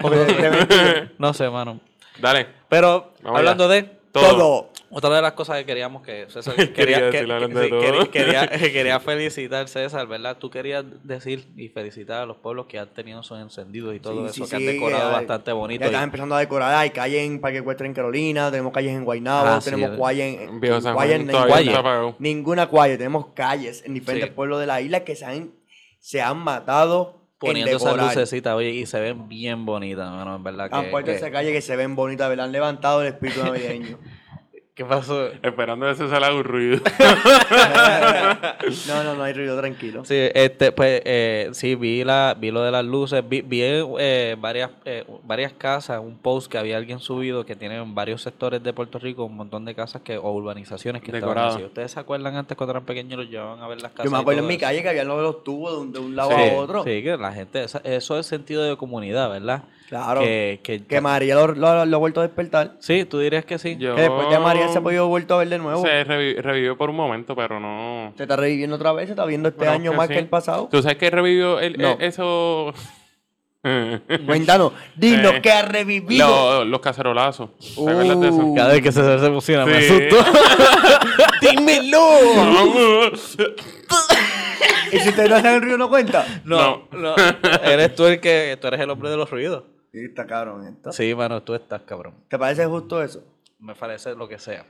Porque te- te mentí.
no sé, mano.
Dale.
Pero
Vamos
hablando de.
Todo.
Todo.
Otra de las cosas que queríamos que César
Quería
quería, que-
decirle hablando
que-
de
sí,
todo.
quería- quería- eh, quería felicitar César, ¿verdad? Tú querías decir y felicitar a los pueblos que han tenido sus encendidos y
Sí,
todo eso,
sí,
que
sí, eh,
han decorado
ya-
bastante bonito.
Ya
y-
están empezando a decorar. Hay calles en Parque Ecuestre en Carolina, tenemos calles en Guaynabo,
Ah, sí,
tenemos
eh.
calles en
Viejo San
calles
Juan
en-
todavía
Guaye.
está apagado.
Ninguna calle, tenemos calles en diferentes
Sí.
pueblos de la isla que se han, se han matado
poniendo
en
esas
decorar.
lucecitas, oye, y se ven bien bonitas, mano, en verdad.
Han
que-
puesto
que-
esas calles que se ven bonitas, ¿verdad? Han levantado el espíritu navideño.
¿Qué pasó?
Esperando a ese sale aburrido.
no, no, no hay ruido, tranquilo.
Sí, este, pues, eh, sí, vi, la, vi lo de las luces, vi, vi, eh, varias, eh, varias casas, un post que había alguien subido que tiene en varios sectores de Puerto Rico un montón de casas que, o urbanizaciones que
Decorado.
estaban así. ¿Ustedes se acuerdan antes cuando eran pequeños los llevaban a ver las casas?
Yo me
y
acuerdo
todo
en mi
eso?
calle que había los, los tubos de un, de un lado
Sí,
a otro.
Sí, que la gente, esa- eso es sentido de comunidad, ¿verdad?
Claro. Que,
Que, que-
María lo, lo, lo ha vuelto a despertar.
sí, tú dirías que sí.
Yo-
Que después de María se ha podido vuelto a ver de nuevo.
Se revi- revivió por un momento, pero no...
Se está reviviendo otra vez, se está viendo este
Bueno,
año
que
más
sí.
que el pasado.
¿Tú sabes que revivió el,
No.
eh, eso?
Cuéntanos, dinos
Eh,
que ha revivido.
Lo- los cacerolazos. ¿Te acuerdas de eso?
Uh.
Cada vez que se se emociona, me
Sí.
asusto.
¡Dímelo! y si ustedes no hacen el río, no cuenta.
No, no, eres tú el que, tú eres el hombre de los ruidos.
Sí, está cabrón esto.
Sí, mano, tú estás cabrón.
¿Te parece justo eso?
me parece lo que sea.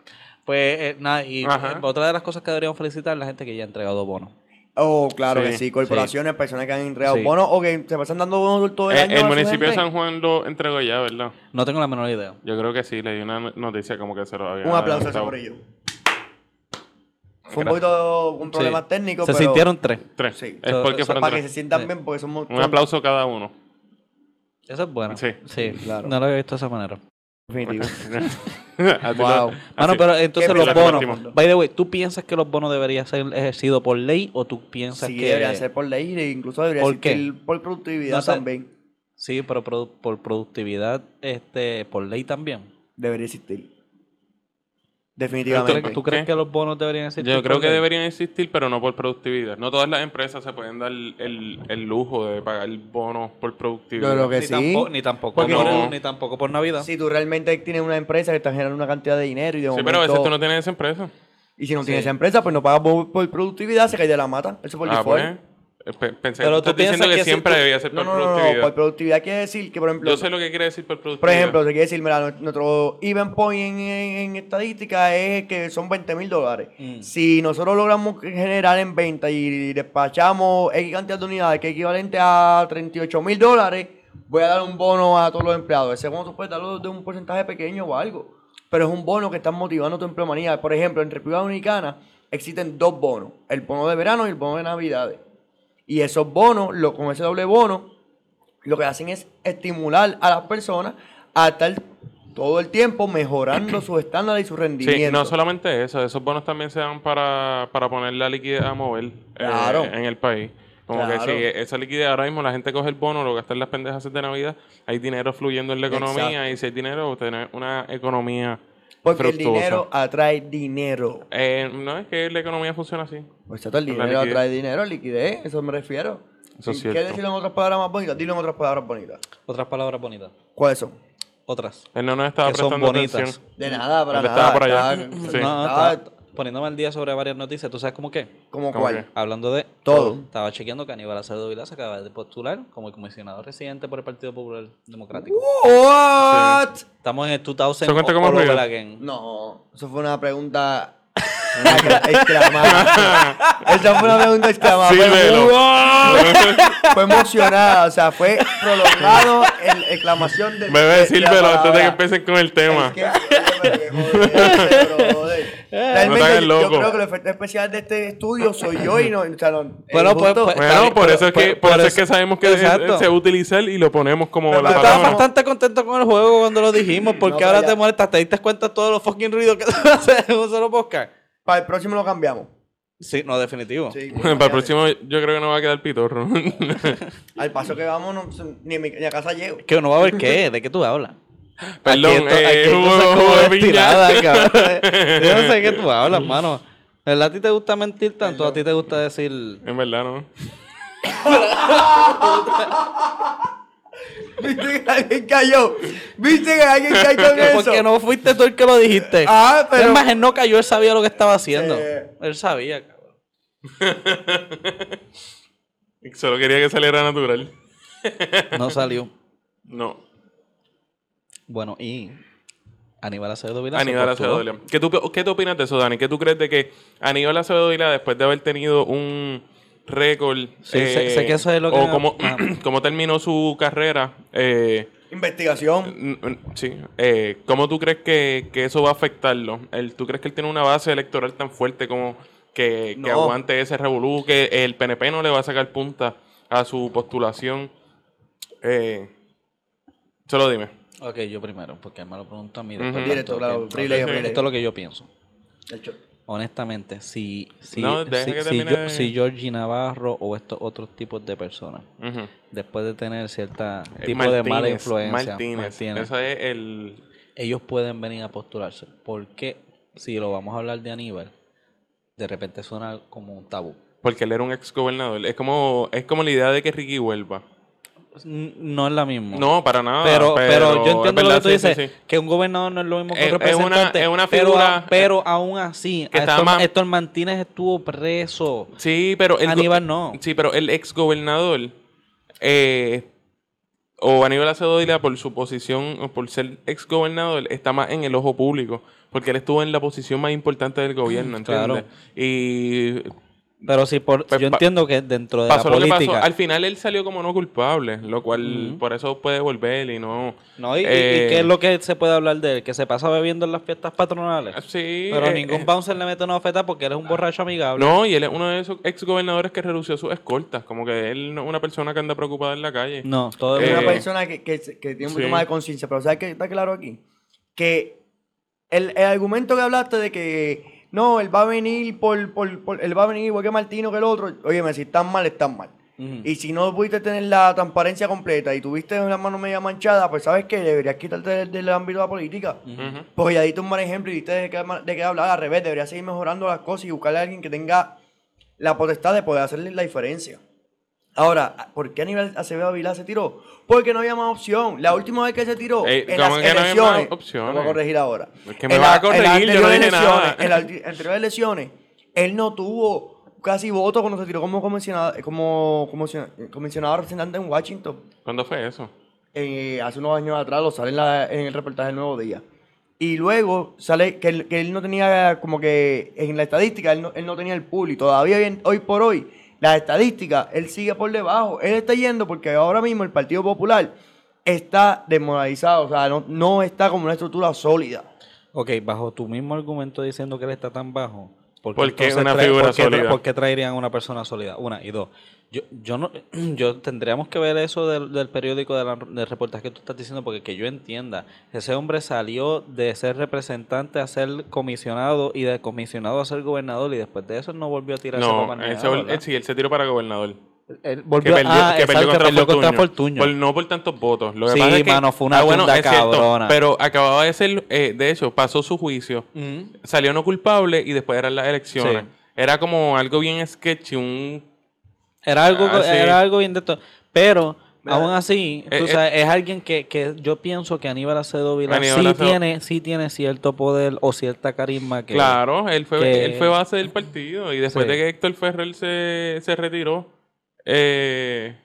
Pues eh, nada, y
Ajá.
eh, otra de las cosas que deberíamos felicitar es la gente que ya ha entregado bonos.
Oh, claro
Sí,
que sí. Corporaciones, personas que han entregado
Sí.
bonos o que se pasan dando bonos todo el
Eh,
año. a
el
su
municipio de
gente.
San Juan lo entregó ya, ¿verdad?
No tengo la menor idea.
Yo creo que sí, le di una noticia como que se lo había
Un aplauso a ese
adelantado.
ello. Fue un poquito un problema
Sí.
técnico,
Se
pero
sintieron tres.
Tres.
Sí.
Es
So-
porque
so-
fueron
para que
tres.
se sientan
Sí.
bien porque somos
Un aplauso cada uno.
Eso es bueno.
Sí.
Claro.
No lo había visto de esa manera.
definitivo.
Así lo-
Wow.
Bueno,
así.
pero entonces
Qué
los
pena.
bonos. By the way, ¿tú piensas que los bonos deberían ser ejercidos por ley o tú piensas
Sí,
que
debería ser por ley e incluso debería
¿Por
ser
qué?
por productividad
No sé.
también.
Sí, pero produ- por productividad, este, por ley también.
debería existir.
¿Tú
Definitivamente.
crees, tú crees que los bonos deberían existir?
Yo
por
creo que
ley?
deberían existir, pero no por productividad. No todas las empresas se pueden dar el, el lujo de pagar bonos por productividad.
Yo creo que
Ni
sí.
tampoco, ni tampoco
Porque
por-
no.
ni tampoco por Navidad.
Si tú realmente tienes una empresa que está generando una cantidad de dinero y de
Sí, pero a veces
momento-
tú no tienes esa empresa.
Y si no
Sí.
tienes esa empresa, pues no pagas por, por productividad, se cae de la mata. Eso por
Ah,
default.
pues. Eh, pe- Pensé que
Pero
tú
tú
estás diciendo
piensas
que,
que si
siempre
tú-
debía ser
No,
por
no, no, no,
productividad.
por productividad quiere decir que, por ejemplo,
Yo sé lo que quiere decir por
por
productividad.
ejemplo, se quiere decir, mira, nuestro even point en, en- en estadística es que son 20 mil dólares.
Mm.
Si nosotros logramos generar en venta y despachamos X cantidad de unidades que es equivalente a 38 mil dólares, voy a dar un bono a todos los empleados. Ese bono tú puedes darlo de un porcentaje pequeño o algo, pero es un bono que está motivando tu empleomanía. Por ejemplo, en República Dominicana existen dos bonos, el bono de verano y el bono de navidades. Y esos bonos, lo, con ese doble bono, lo que hacen es estimular a las personas a estar todo el tiempo mejorando sus estándares y su rendimiento.
Sí, no solamente eso, esos bonos también se dan para, para poner la liquidez a mover eh,
Claro.
en el país. Como
Claro.
que si esa liquidez ahora mismo la gente coge el bono, lo gasta en las pendejas de Navidad, hay dinero fluyendo en la economía
Exacto.
y si hay dinero, tener una economía
Porque el
fructuosa.
dinero atrae dinero.
Eh, no es que la economía funciona así.
O sea, el
La
dinero
liquidez.
atrae dinero, liquidez, eso me refiero.
Eso es
Si
cierto.
¿Quieres decirlo en otras palabras más bonitas? Dilo en otras palabras bonitas.
Otras palabras bonitas.
¿Cuáles son?
Otras.
Él no nos estaba
Que son
prestando
bonitas.
atención.
De nada, para
Él
nada.
Mm. estaba por allá.
estaba-
Sí.
No,
estaba
estaba poniéndome al día sobre varias noticias. ¿Tú sabes cómo qué?
¿Cómo
¿Cómo
cuál?
Hablando de
Todo.
Estaba chequeando que Aníbal Acevedo Vilá se acaba de postular como comisionado residente por el Partido Popular Democrático.
¿What?
Estamos en el 2000
¿Eso cuenta
all
como
over
ruido?
again.
No, eso fue una pregunta exclamada. Esa fue una pregunta exclamada.
Sí,
Fue
velo.
muy- Fue emocionada, o sea, fue prolongado el exclamación de.
Me voy a decir, pero antes de que
empecemos
empiecen con el tema. No te
Realmente, yo-
hagas
yo
loco.
creo que el efecto especial de este estudio soy yo y no. o sea, no- eh,
Bueno,
el
pues-
punto-
pues-
Bueno, por eso es que,
Por-
por
por
eso es
eso-
que sabemos que
Exacto.
se- se va a utilizar y lo ponemos como
Pero
la
estaba
Estaba
palabra.
bastante contento con el juego cuando lo dijimos, porque
No,
ahora
pero
te
ya.
molestas, te diste cuenta de todos los fucking ruidos que se hace en un solo podcast.
Para el próximo lo cambiamos.
Sí, no, definitivo.
Sí,
Para el próximo, yo creo que no va a quedar pitorro.
Al paso que vamos, no- ni, a mi- ni a casa llego.
Que no va a ver qué, de qué tú hablas.
Perdón,
Aquí esto-
eh,
aquí hay
jugo-
cosas como
jugo de piña.
estiradas, cabrón. Yo no sé de qué tú hablas, mano. ¿Verdad a ti te gusta mentir tanto? ¿A ti te gusta decir...?
En verdad, no.
¿Viste que alguien cayó? ¿Viste que alguien cayó con eso?
Porque no fuiste tú el que lo dijiste.
Ah, pero-
Es más, él no cayó, él sabía lo que estaba haciendo.
Sí.
Él sabía, cabrón.
Solo quería que saliera natural.
No salió.
No.
Bueno, y... Aníbal Acevedo Vilá se
Aníbal
postuló.
Acevedo Vilá. ¿Qué tú, ¿Qué tú opinas de eso, Dani? ¿Qué tú crees de que Aníbal Acevedo Vilá, después de haber tenido un récord... eh,
Sí, sé- sé que eso es lo que-
O cómo,
Ah.
cómo terminó su carrera... eh,
Investigación.
n- n- sí. eh, ¿Cómo tú crees que, que eso va a afectarlo? El- ¿Tú crees que él tiene una base electoral tan fuerte como que, que
No.
aguante ese revolú? Que el PNP no le va a sacar punta a su postulación. Eh, solo dime.
Ok, yo primero, porque él me lo pregunta a mí.
Ujú.
después
Directo,
tanto,
claro,
ok.
relay,
Ok,
relay.
Esto es lo que yo pienso.
El cho-
Honestamente, si, si,
No, deja
si,
que
si
termine
yo-
de-
si Georgie Navarro o estos otros tipos de personas,
Ujú.
después de tener cierta
Eh,
tipo de mala influencia,
Martínez.
Martínez,
Ese es el.
ellos pueden venir a postularse. Porque si lo vamos a hablar de Aníbal, de repente suena como un tabú.
Porque él era un ex gobernador. Es como, es como la idea de que Ricky vuelva.
N- No es la misma.
No, para nada.
pero, pero yo
es
entiendo lo
verdad,
que tú
sí, sí,
dices,
sí.
que un gobernador no es lo mismo que
Es-
un
es una-
representante.
es una
pero
figura-
a- pero, aún así,
que
a
está
Héctor,
más-
Héctor Martínez estuvo preso.
Sí, pero el go-
Aníbal no.
Sí, pero el ex gobernador o Aníbal Acevedo Vila, por su posición o por ser ex gobernador está más en el ojo público porque él estuvo en la posición más importante del gobierno,
Claro.
¿entiendes? Y
Pero sí, por,
Pues
yo
pa-
entiendo que dentro de la
pasó lo que pasó.
política.
Al final él salió como no culpable, lo cual
Ujú.
por eso puede volver y no.
No, y, y- y
eh,
qué es lo que se puede hablar de él, que se pasa bebiendo en las fiestas patronales.
Sí.
pero
eh,
ningún
eh, Ah.
bouncer le mete una oferta porque él es un borracho amigable.
No, y él es uno de esos ex gobernadores que redució sus escoltas. Como que él no es una persona que anda preocupada en la calle.
No, todo
Eh,
Es una
bien.
persona que, que se- que tiene un poquito
sí.
más de conciencia, pero ¿sabes qué está claro aquí? Que el, el argumento que hablaste de que no, él va a venir por, por, por- él va a venir igual que Martino que el otro, óyeme, si están mal, están mal.
Ujú.
Y si no pudiste tener la transparencia completa y tuviste una mano media manchada, pues sabes que deberías quitarte del, del ámbito de la política.
Ujú.
Porque Pues ya diste un mal ejemplo y diste de qué, ma- de qué hablar, al revés, deberías seguir mejorando las cosas y buscarle a alguien que tenga la potestad de poder hacerle la diferencia. Ahora, ¿por qué Aníbal Acevedo Vilá se tiró? Porque no había más opción. La última vez que se tiró
Ey,
en las
¿cómo que no había
elecciones.
más opciones?
Te voy a corregir ahora.
Es que me
En
vas a
la- en las
corregir, yo no
anteriores
dije nada.
elecciones- En las anteriores elecciones, él no tuvo casi votos cuando se tiró como comisionado, como, comisionado, comisionado representante en Washington.
¿Cuándo fue eso?
eh, hace unos años atrás, lo sale en, la- en el reportaje del Nuevo Día. Y luego sale que él, que él no tenía, como que en la estadística, él no, él no tenía el pool. Y todavía bien- hoy por hoy, las estadísticas, él sigue por debajo. Él está yendo porque ahora mismo el Partido Popular está desmoralizado. O sea, no, no está como una estructura sólida.
Ok, bajo tu mismo argumento diciendo que él está tan bajo. ¿Por
¿Por qué
entonces
una
trae-
figura
por qué tra-
sólida?
¿Por qué traerían a una persona sólida? Una y dos. Yo, yo no, yo tendríamos que ver eso del, del periódico de la- del reportaje que tú estás diciendo, porque que yo entienda, ese hombre salió de ser representante a ser comisionado y de comisionado a ser gobernador y después de eso no volvió a tirarse
No,
para más
él,
nada,
se vol-
¿verdad?
él sí, él se tiró para gobernador.
Él
Que
volvió
perdió,
ah,
que
exacto,
perdió contra,
perdió contra
Fortuño.
Fortuño.
Por- no por tantos votos. Lo que
Sí,
pasa es que- Ah,
mano, fue una tunda
es cierto,
cabrona.
pero acababa de ser, eh, de hecho, pasó su juicio,
Ujú.
salió no culpable y después eran las elecciones.
Sí.
Era como algo bien sketchy, un
Era algo,
Ah, sí.
era algo bien de esto. Pero,
Mira,
aún así,
eh,
tú
eh.
sabes, es alguien que, que yo pienso que Aníbal Acedo Vilar
Aníbal
sí,
Acedo-
Tiene, sí tiene cierto poder o cierta carisma que...
Claro, él fue,
que-
él fue base del partido y después
Sí.
de que Héctor Ferrer se, se retiró, eh,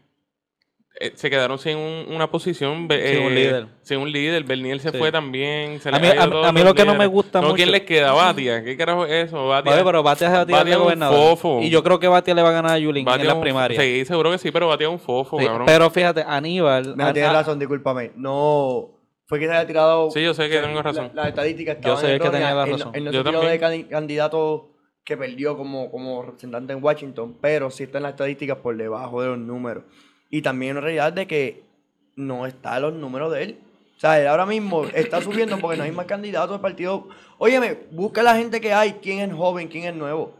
eh, se quedaron sin un- una posición. be-
Sin un
eh,
líder.
Sin un líder. Bernier se
Sí.
fue también. se
A
les
mí-
ha ido
a mí-
todos
a mí
los
lo que no me
líderes.
gusta
No, ¿Quién
mucho-
les queda? Batia. ¿Qué carajo es eso? Batia.
Oye, pero Batia se va a tirar
Batia
de
es un
gobernador.
fofo.
Y yo creo que Batia le va a ganar a Yulín
Batia
en las
un-
primarias.
Sí, seguro que sí, pero Batia es un fofo,
Sí,
cabrón.
pero fíjate, Aníbal...
Ah,
Mira,
An-
tienes
a-
razón, discúlpame. No, fue que se había tirado.
Sí, yo sé que tengo
la-
razón.
Las estadísticas estaban
sé que
erróneas.
tenía la
Él no-
razón.
Él no
Yo
se tiró de candi- candidato que perdió como, como representante en Washington, pero sí están las estadísticas por debajo de los números. Y también en realidad de que no están los números de él. O sea, él ahora mismo está subiendo porque no hay más candidatos del partido. Óyeme, busca la gente que hay, quién es joven, quién es nuevo.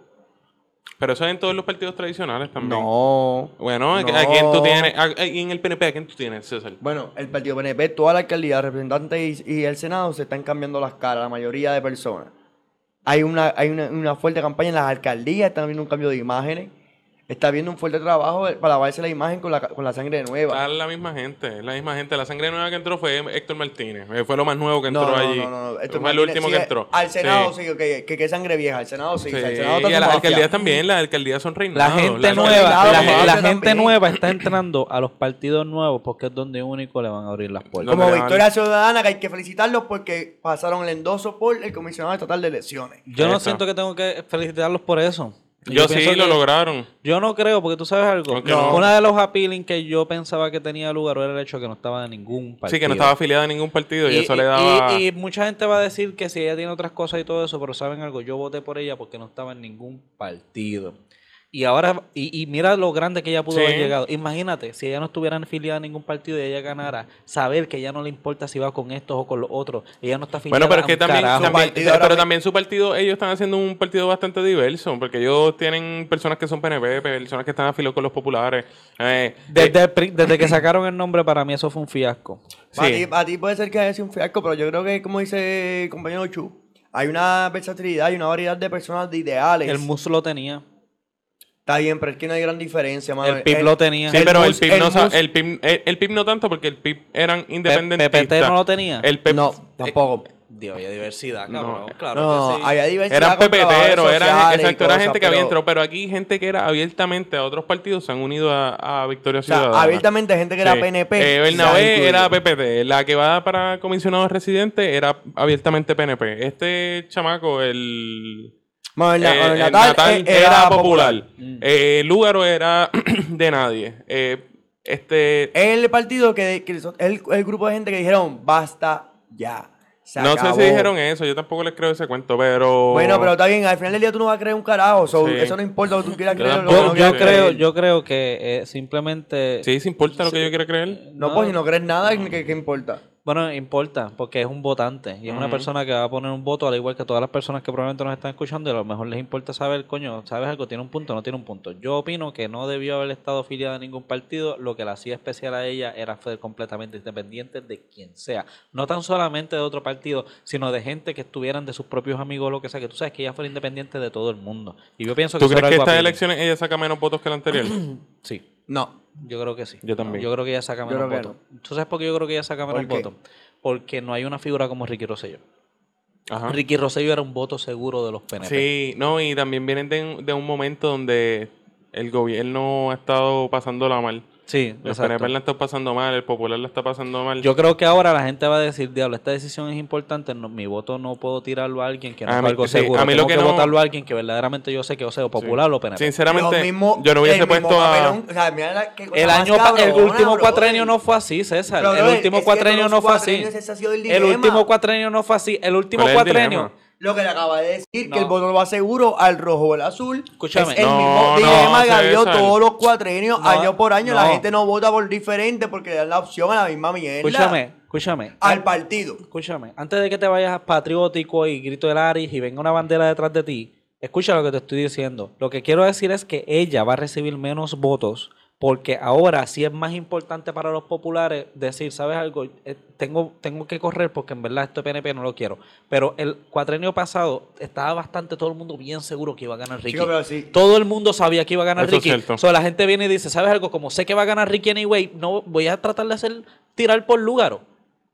Pero eso es en todos los partidos tradicionales también.
No.
Bueno, ¿a-
No.
¿a quién tú tienes? A- a- ¿Y en el PNP a quién tú tienes, César?
Bueno, el partido PNP, toda la alcaldía, representantes y, y el Senado se están cambiando las caras, la mayoría de personas. Hay una, hay una, una fuerte campaña en las alcaldías, están viendo un cambio de imágenes. Está habiendo un fuerte trabajo de- para lavarse la imagen con la, ca- con la sangre nueva.
Está la misma gente, es la misma gente. La sangre nueva que entró fue Héctor Martínez. eh, Fue lo más nuevo que
no,
entró
no,
allí.
no, no, no, esto
fue el
mantiene-
último
sigue-
que entró.
Al Senado
sí.
sí, ok, que, que sangre vieja, al Senado sí.
Sí,
o sea, el
y
Senado está
a
haciendo
las
mafia.
alcaldías también, las alcaldías son
La
reinados.
gente
las
nueva,
alcaldías-
la,
sí,
la
claro,
gente
también.
nueva está entrando a los partidos nuevos porque es donde único le van a abrir las puertas.
No,
Como
pero-
Victoria Ciudadana, que hay que felicitarlos porque pasaron el endoso por el Comisionado Estatal de Elecciones.
Yo no
Eso.
siento que tengo que felicitarlos por eso.
Yo sí
pienso
lo
que-
lograron.
Yo no creo, porque tú sabes algo.
¿Por qué no?
Una de los appealing que yo pensaba que tenía lugar era el hecho de que no estaba de ningún partido.
Sí, que no estaba afiliada a ningún partido y, eso le daba.
y- y mucha gente va a decir que si ella tiene otras cosas y todo eso, pero saben algo, yo voté por ella porque no estaba en ningún partido. Y ahora, y, y mira lo grande que ella pudo
Sí.
haber llegado. Imagínate, si ella no estuviera afiliada a ningún partido y ella ganara, saber que ya no le importa si va con estos o con los otros. Ella no está afiliada
bueno, pero
a
es que
un
también,
carajo.
también-
partido ahora
pero
mi-
también su partido, ellos están haciendo un partido bastante diverso, porque ellos tienen personas que son PNP, personas que están afiliados con los populares. eh,
Desde, el pri- desde que sacaron el nombre, para mí eso fue un fiasco.
Para
Sí.
ti, para ti puede ser que haya sido un fiasco, pero yo creo que, como dice el compañero Chu, hay una versatilidad y una variedad de personas de ideales.
El MUS lo tenía.
Está bien, pero es que no hay gran diferencia, mano. Eh,
el PIB lo tenía.
Sí, pero el
Mus-
PIB, no,
el
sa-
Mus-
el, PIB, el- el PIB no tanto porque el PIB eran independentistas.
PPT no lo tenía.
El PEP-
eh, No, tampoco.
Dios, había diversidad,
cabrón,
claro.
no, había diversidad.
eran
con trabajadores
pepeteros, era,
sociales y
exacto, era
cosas,
gente que había
pero-
entrado, pero aquí gente que era abiertamente a otros partidos se han unido a, a Victoria
O sea,
Ciudadana.
abiertamente gente que era
Sí.
PNP.
Eh,
se ha
Bernabé
incluido.
era PPT, la que va para comisionado residente era abiertamente PNP. Este chamaco, el,
Bueno, el,
eh,
el
el
Natal,
Natal
eh,
era, popular,
Mm.
Eh, Lúgaro era de nadie. Eh, este
El partido que, que son- el, el grupo de gente que dijeron, basta ya. se
no sé
acabó".
si dijeron eso, yo tampoco les creo ese cuento, pero.
Bueno, pero está bien, al final del día tú no vas a creer un carajo. so,
Sí.
Eso no importa lo que tú quieras
Yo
creer. o lo
tampoco-
que
Yo,
no
Sí.
yo
quieras
creo,
creer.
yo creo que eh, simplemente.
Sí, sí importa lo que yo quiera creer.
No, pues si no crees nada, ¿qué, qué importa?
Bueno, importa, porque es un votante y es una persona que va a poner un voto, al igual que todas las personas que probablemente nos están escuchando, y a lo mejor les importa saber, coño, ¿sabes algo? ¿Tiene un punto o no tiene un punto? Yo opino que no debió haber estado afiliada a ningún partido, lo que la hacía especial a ella era ser completamente independiente de quien sea, no tan solamente de otro partido, sino de gente que estuvieran de sus propios amigos o lo que sea, que tú sabes que ella fue independiente de todo el mundo. Y yo pienso
¿Tú
que eso
crees
era
que
algo
estas
appealing.
elecciones ella saca menos votos que la anterior?
Sí.
No.
Yo creo que sí.
Yo también.
Yo creo que ella saca
Yo
menos
creo que
votos. ¿Tú sabes por qué yo creo que ella saca menos
¿Por qué?
votos? Porque no hay una figura como Ricky Rosselló.
Ajá.
Ricky Rosselló era un voto seguro de los PNP.
Sí, no, y también vienen de, un- de un momento donde el gobierno ha estado pasándola mal.
Sí,
Los
exacto.
PNP la están pasando mal, el popular la está pasando mal.
Yo creo que ahora la gente va a decir, diablo, esta decisión es importante, no- mi voto no puedo tirarlo a alguien que no
Ah, A
es
mí-
algo
sí,
seguro.
a mí lo
Tengo
que
que,
no-
votarlo a alguien que verdaderamente yo sé que o sea o popular o PNP.
Sinceramente,
Los mismos-
yo no hubiese
el mismo
puesto a...
papelón, o sea, mira la- qué cosa
El
más
año, pa- el
cabrona,
último
brother.
cuatrenio no fue así, César.
Pero,
el
brother,
último
es que
cuatrenio
todos
no
los
fue así.
cuatrenios ese ha sido el
El
dilema.
último cuatrenio no fue así. El último
¿Cuál es el
cuatrenio.
dilema?
Lo que le acaba de decir,
No.
que el voto lo aseguro al rojo o al azul.
Escúchame.
Es el
No,
mismo
no,
dilema que ha habido
César.
todos los cuatrenios,
No,
año por año.
no.
La gente no vota por diferente porque le dan la opción a la misma mierda.
Escúchame, escúchame.
Al partido.
Escúchame, antes de que te vayas patriótico y grito el Aris y venga una bandera detrás de ti, escucha lo que te estoy diciendo. Lo que quiero decir es que ella va a recibir menos votos porque ahora sí es más importante para los populares decir, ¿sabes algo? Eh, tengo, tengo que correr porque en verdad este PNP no lo quiero. Pero el cuatrenio pasado estaba bastante todo el mundo bien seguro que iba a ganar Ricky.
Chico, pero sí.
Todo el mundo sabía que iba a ganar
Eso es
Ricky.
cierto.
So, la gente viene y dice, ¿sabes algo? Como sé que va a ganar Ricky anyway, no voy a tratar de hacer tirar por Lugaro.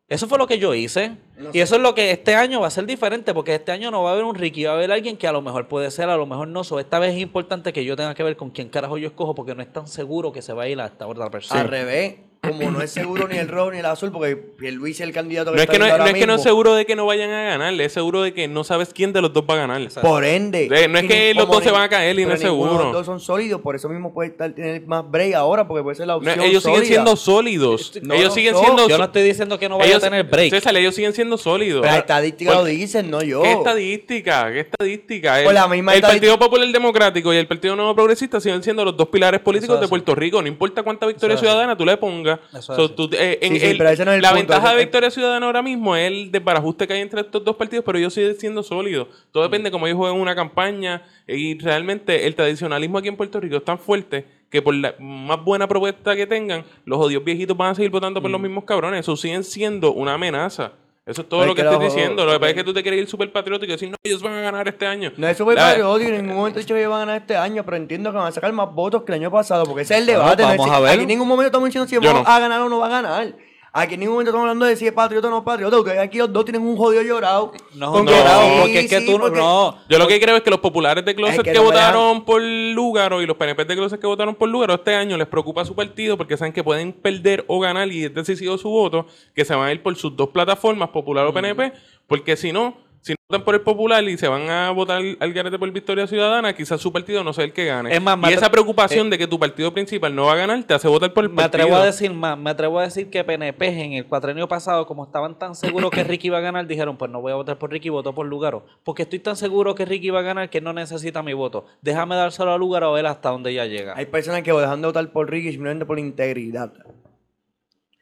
Eso fue lo que yo hice. y eso es lo que este año va a ser diferente, porque este año no va a haber un Ricky, va a haber alguien que a lo mejor puede ser, a lo mejor no. So, esta vez es importante que yo tenga que ver con quién carajo yo escojo, porque no es tan seguro que se va a ir hasta otra persona.
Al revés. Como no es seguro ni el rojo ni el azul, porque el Luis es el candidato que
No es
está
que no,
viendo
no
ahora
es que no es
mismo.
seguro de que no vayan a ganar, es seguro de que no sabes quién de los dos va a ganar.
Por ende.
Eh, no es
y
que
ni-
los
como
dos se
ni-
van a caer y no
pero
es
ninguno de
seguro.
Los dos son sólidos, por eso mismo puede estar, tener más break ahora, porque puede ser la
No,
opción.
ellos siguen
sólida.
siendo sólidos.
No,
ellos
no,
siguen
no.
siendo
yo no estoy diciendo que no vaya
ellos-
a tener break.
César, ellos siguen siendo sólidos.
Pero la estadística lo
Porque-
dicen, no yo.
¿Qué estadística? ¿Qué estadística? El,
Pues la misma
el
estadística-
Partido Popular Democrático y el Partido Nuevo Progresista siguen siendo los dos pilares políticos
Eso es
de
así.
Puerto Rico. No importa cuánta victoria
Eso es así.
ciudadana tú le pongas.
Eso es
So,
así.
tú, eh, en
Sí, sí,
el-
pero ese no es el
la
punto,
ventaja
ese-
de victoria ciudadana ahora mismo es el desbarajuste que hay entre estos dos partidos, pero ellos siguen siendo sólidos. Todo depende de cómo ellos juegan una campaña. Y realmente el tradicionalismo aquí en Puerto Rico es tan fuerte que por la más buena propuesta que tengan, los odios viejitos van a seguir votando por
Mm.
los mismos cabrones. Eso siguen siendo una amenaza. Eso es todo
Pero
lo
es
que
que
estoy
los-
diciendo. Lo que pasa es
ok.
que tú te quieres ir súper patriótico y decir, no, ellos van a ganar este año.
No es súper
La-
patriótico, en ningún momento he dicho que van a ganar este año, pero entiendo que van a sacar más votos que el año pasado, porque ese es el
Bueno,
debate. no es
vamos
si-
a ver.
Aquí en ningún momento estamos diciendo si
Yo
vamos
no.
a ganar o no va a ganar. Aquí en ningún momento estamos hablando de si es patriota o no es patriota. Ustedes aquí los dos tienen un jodido llorado.
No,
Con
no,
llorado, sí,
porque es que
sí,
tú no-
porque-
no.
Yo lo que creo es que los populares de Closet
Es
que,
que no me
votaron por Lugaro y los PNP de Closet que votaron por Lugaro este año les preocupa su partido porque saben que pueden perder o ganar y es decisivo su voto, que se van a ir por sus dos plataformas, popular o PNP, porque si no, si no votan por el popular y se van a votar al garete por Victoria Ciudadana, quizás su partido no sea el que gane.
Es más, me
y
atre- eh,
esa preocupación de que tu partido principal no va a ganar te hace votar por el
Me
partido.
atrevo a decir más, me atrevo a decir que PNP en el cuatrenio pasado, como estaban tan seguros que Ricky iba a ganar, dijeron, pues no voy a votar por Ricky, voto por Lugaro. Porque estoy tan seguro que Ricky va a ganar que él no necesita mi voto. Déjame dárselo a Lugaro a ver hasta dónde ella llega.
Hay personas que dejan de votar por Ricky simplemente por integridad,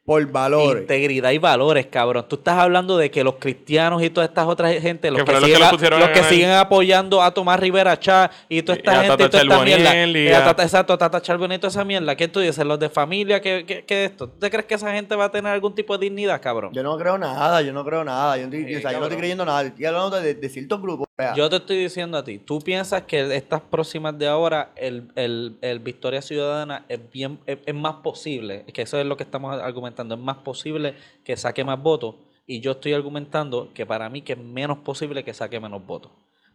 por valores.
Integridad y valores, cabrón. Tú estás hablando de que los cristianos y todas estas otras gente, los
Que
que,
fueron los que
siguen,
lo
a-
pusieron a
los que
ganar.
siguen apoyando a Tomás Rivera Chá y toda
Y
esta
a
gente, y
Tata
toda esta mierda.
Charboniel y
Y a
a-
Tata- exacto, Tata Charboniel y toda esa mierda. ¿Qué tú dices? Los de familia, ¿qué, qué, qué esto? ¿Tú te crees que esa gente va a tener algún tipo de dignidad, cabrón?
Yo no creo nada, yo no creo nada. Yo, no estoy-
Sí,
o sea, yo no estoy
cabrón.
creyendo nada. Estoy hablando de, de ciertos grupos. o sea,
Yo te estoy diciendo a ti, tú piensas que estas próximas de ahora, el, el- el Victoria Ciudadana es bien, es, es más posible, que eso es lo que estamos argumentando, es más posible que saque más votos, y yo estoy argumentando que para mí que es menos posible que saque menos votos.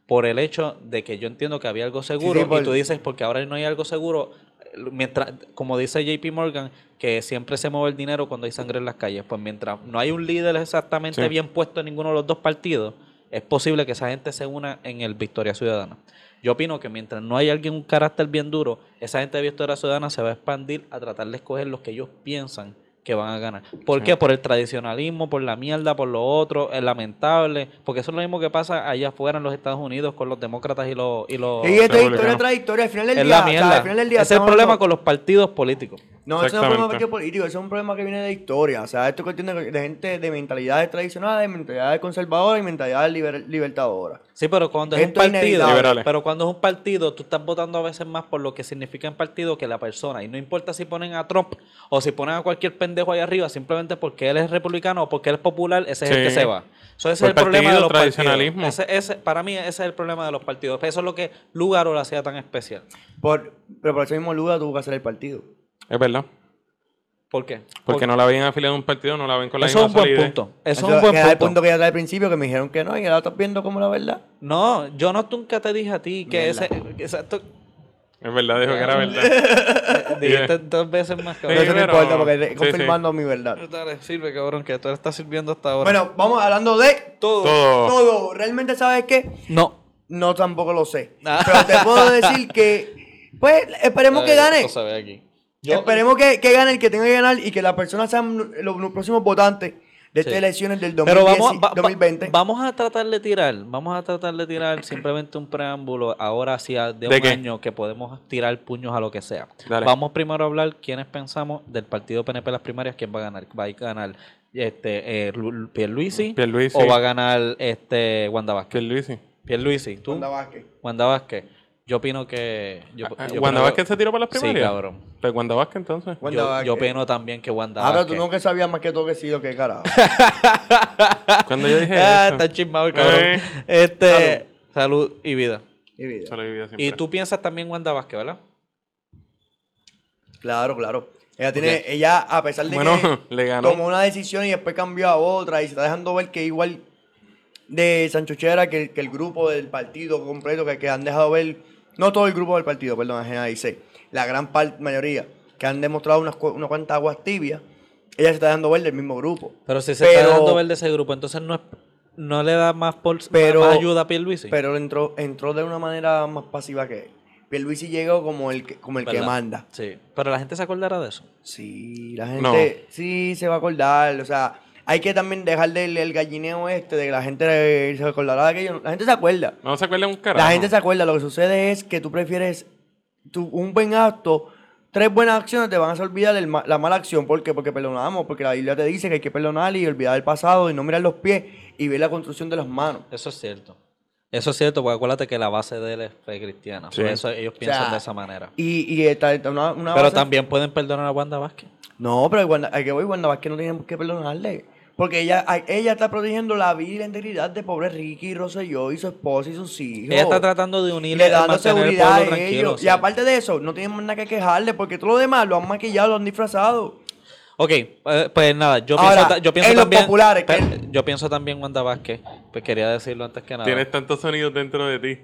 Por el hecho de que yo entiendo que había algo seguro,
sí, por-
y tú dices, porque ahora no hay algo seguro, eh, mientras, como dice JP Morgan, que siempre se mueve el dinero cuando hay sangre en las calles. Pues mientras no hay un líder exactamente
Sí.
bien puesto en ninguno de los dos partidos, es posible que esa gente se una en el Victoria Ciudadana. Yo opino que mientras no hay alguien un carácter bien duro, esa gente de Victoria Ciudadana se va a expandir a tratar de escoger los que ellos piensan que van a ganar. ¿Por qué? Por el tradicionalismo, por la mierda, por lo otro, es lamentable, porque eso es lo mismo que pasa allá afuera en los Estados Unidos con los demócratas y los... Y los
y esta historia
republicano.
trae historia. Al final del
Oh, es
día,
la
o sea,
mierda.
al final del día
Ese es el
estamos
problema
hablando-
con los partidos políticos.
No, eso no es un problema de
Exactamente.
partido político, eso es un problema que viene de historia. O sea, esto es cuestión de, de gente de mentalidades tradicionales, mentalidades conservadoras y mentalidades liber- libertadoras.
Sí, pero cuando es
Esto es
un partido,
inevitable.
Liberales.
pero cuando es un partido, tú estás votando a veces más por lo que significa en partido que la persona. Y no importa si ponen a Trump o si ponen a cualquier pendejo ahí arriba, simplemente porque él es republicano o porque él es popular, ese es el que
Sí.
se va. So, ese
Por
es el problema de
partido,
los
tradicionalismo.
partidos. Ese, ese- para mí, ese es el problema de los partidos. Eso es lo que Lugaro lo hacía tan especial.
Por, pero por eso mismo Luda tuvo que hacer el partido.
Es verdad.
¿Por qué?
Porque no la ven afiliada a un partido, no la ven con la
Eso
misma
es un buen
solidez.
punto. Eso es
Eso-
un buen
que era el punto
punto.
que yo traía al principio que me dijeron que no y ahora estás viendo como la verdad.
No, yo no nunca te dije a ti que
Mierda.
ese. Exacto.
Es verdad, dijo que era verdad.
Dijiste dos veces más
Pero eso
Sí,
cabrón.
no
pero-
importa porque estoy
sí,
confirmando mi verdad.
Dale, sirve, cabrón, que tú estás sirviendo hasta ahora.
Bueno, vamos hablando de
todo.
Todo.
todo. ¿Realmente sabes qué?
No.
No, tampoco lo sé.
Ah.
Pero te puedo decir que, pues, esperemos que
Eh,
gane.
esto se ve aquí. Yo-
Esperemos que, que gane el que tenga que ganar y que las personas sean los, los próximos votantes de
Sí.
estas elecciones del
Pero
2010,
vamos, va- va-
2020.
vamos a tratar de tirar, vamos a tratar de tirar simplemente un preámbulo ahora hacia de,
¿De
un
qué?
año que podemos tirar puños a lo que sea.
Dale.
Vamos primero a hablar quiénes pensamos del partido PNP las primarias, quién va a ganar. ¿Va a ganar este, eh, Lu- Lu- Pierluisi,
Pierluisi.
o va a ganar este, Wanda Vázquez?
Que Luisi.
Pierluisi, tú,
Wanda
Wanda,
Vázquez.
Vázquez. Yo opino que... Yo, yo opino-
Ah, ¿Wanda Vázquez se tiró para las
Sí,
primarias?
cabrón.
Pues Wanda Vázquez, entonces.
Wanda
Yo,
Vázquez.
yo opino también que Wanda
Ahora Ah, tú
Vázquez.
nunca sabías más que todo que sí, lo que carajo.
Cuando yo dije
Ah,
eso.
está chismado el cabrón.
Eh.
Este, salud y vida.
Mi vida.
Solo vivía siempre.
Y tú piensas también Wanda Vázquez, ¿verdad?
Claro, claro. Ella tiene, ella, a pesar de
Bueno,
que
le ganó.
tomó una decisión y después cambió a otra y se está dejando ver que igual de Sancho Chera que, que el grupo del partido completo que, que han dejado ver, no todo el grupo del partido, perdón, generalicé, la gran par- mayoría que han demostrado unas, cu- unas cuantas aguas tibias, ella se está dejando ver del mismo grupo.
Pero si se está
Pero-
dejando ver de ese grupo, entonces no, es- no le da más, por,
Pero-
más ayuda a Pierluisi.
Pero entró, entró de una manera más pasiva que él. Pierluisi llegó como el que, como el que
¿Verdad?
manda.
Sí, pero la gente se acordará de eso.
Sí, la gente
No.
sí se va a acordar. O sea, hay que también dejarle el, el gallineo este de que la gente eh, se acordará de aquello. La gente se acuerda.
No se acuerda un carajo.
La gente se acuerda. Lo que sucede es que tú prefieres tú- un buen acto. Tres buenas acciones te van a hacer olvidar el ma- la mala acción. ¿Por qué? Porque perdonamos. Porque la Biblia te dice que hay que perdonar y olvidar el pasado y no mirar los pies y ver la construcción de las manos.
Eso es cierto. Eso es cierto, porque acuérdate que la base de él es fe cristiana.
Sí.
Por eso ellos piensan
sea,
de esa manera.
Y, y esta- esta- una, una
Pero
base-
también pueden perdonar a Wanda Vázquez.
No, pero Wanda- a que voy, Wanda Vázquez no tiene que perdonarle. Porque ella, a- ella está protegiendo la vida y la integridad de pobre Ricky Rosselló y su esposa y sus hijos.
Ella está tratando de
y
unirle
le
a
dando
mantener el
seguridad
pueblo
a
tranquilo.
ellos.
sí.
Y aparte de eso, no tienen nada que quejarle porque todo lo demás lo han maquillado, lo han disfrazado.
Ok, eh, pues nada, yo
Ahora,
pienso, ta- yo pienso
en los
también.
populares,
pe-
que-
Yo pienso también Wanda Vázquez. Pues quería decirlo antes que nada.
Tienes tantos sonidos dentro de ti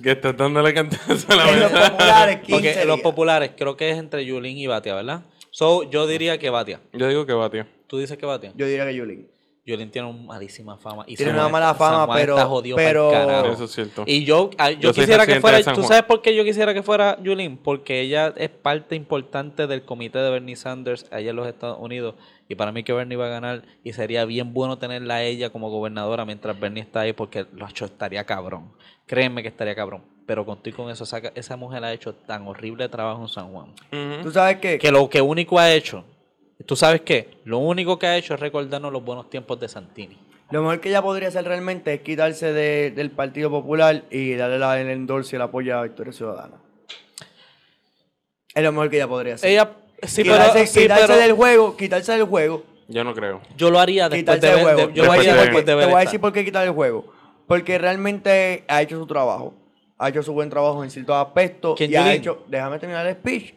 que estás dándole cantazo a la
En los
mesa.
populares, 15
Ok, los
días.
populares, creo que es entre Yulín y Batia, ¿verdad? So, yo diría que Batia.
Yo digo que va, tío.
¿Tú dices que Batia?
Yo diría que Yulín.
Yulín tiene una malísima fama. Y
Tiene
San Juan-
una mala
San
fama,
Juan
pero-
está jodido pa'l
pero-
carajo.
Eso es cierto.
Y yo, ah, yo,
Yo soy
quisiera
residente
que
de
fuera.
San
¿Tú
Juan.
sabes por qué yo quisiera que fuera Yulín? Porque ella es parte importante del comité de Bernie Sanders allá en los Estados Unidos. Y para mí que Bernie va a ganar. Y sería bien bueno tenerla a ella como gobernadora mientras Bernie está ahí. Porque lo ha hecho, estaría cabrón. Créeme que estaría cabrón. Pero contigo con eso, saca- esa mujer ha hecho tan horrible trabajo en San Juan
Ujú.
Tú sabes que,
que lo que único ha hecho, tú sabes qué, lo único que ha hecho es recordarnos los buenos tiempos de Santini.
lo mejor que ella podría hacer realmente es quitarse de- del Partido Popular y darle la, el endorso y el apoyo a Victoria Ciudadana. Es lo mejor que ella podría hacer.
Ella, sí, pero,
quitarse
sí,
quitarse
pero
del juego, quitarse del juego.
Yo no creo.
yo lo haría después
quitarse
de
el
ver,
juego.
de-
Te
yo lo
voy a
después
haría
decir
de-
por qué-
después de
te
ver
voy a
esta.
decir por qué quitar el juego. Porque realmente ha hecho su trabajo. Ha hecho su buen trabajo en ciertos aspectos.
¿Quién,
Y ha
Yulín?
hecho. Déjame terminar el speech.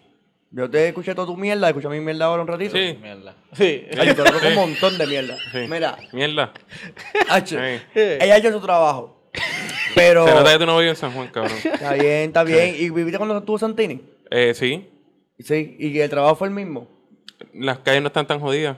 Yo te escuché toda tu mierda, escucha mi mierda ahora un ratito.
Sí.
Mierda. Sí.
Ay, yo conozco
Sí.
un montón de mierda.
Sí.
Mira,
Mierda.
hacho,
Sí.
ella ha hecho su trabajo. Pero.
Se nota que tú no vives en San Juan, cabrón.
Está bien, está bien. ¿Y viviste cuando estuvo Santini?
Eh, sí.
Sí, y el trabajo fue el mismo.
Las calles no están tan jodidas.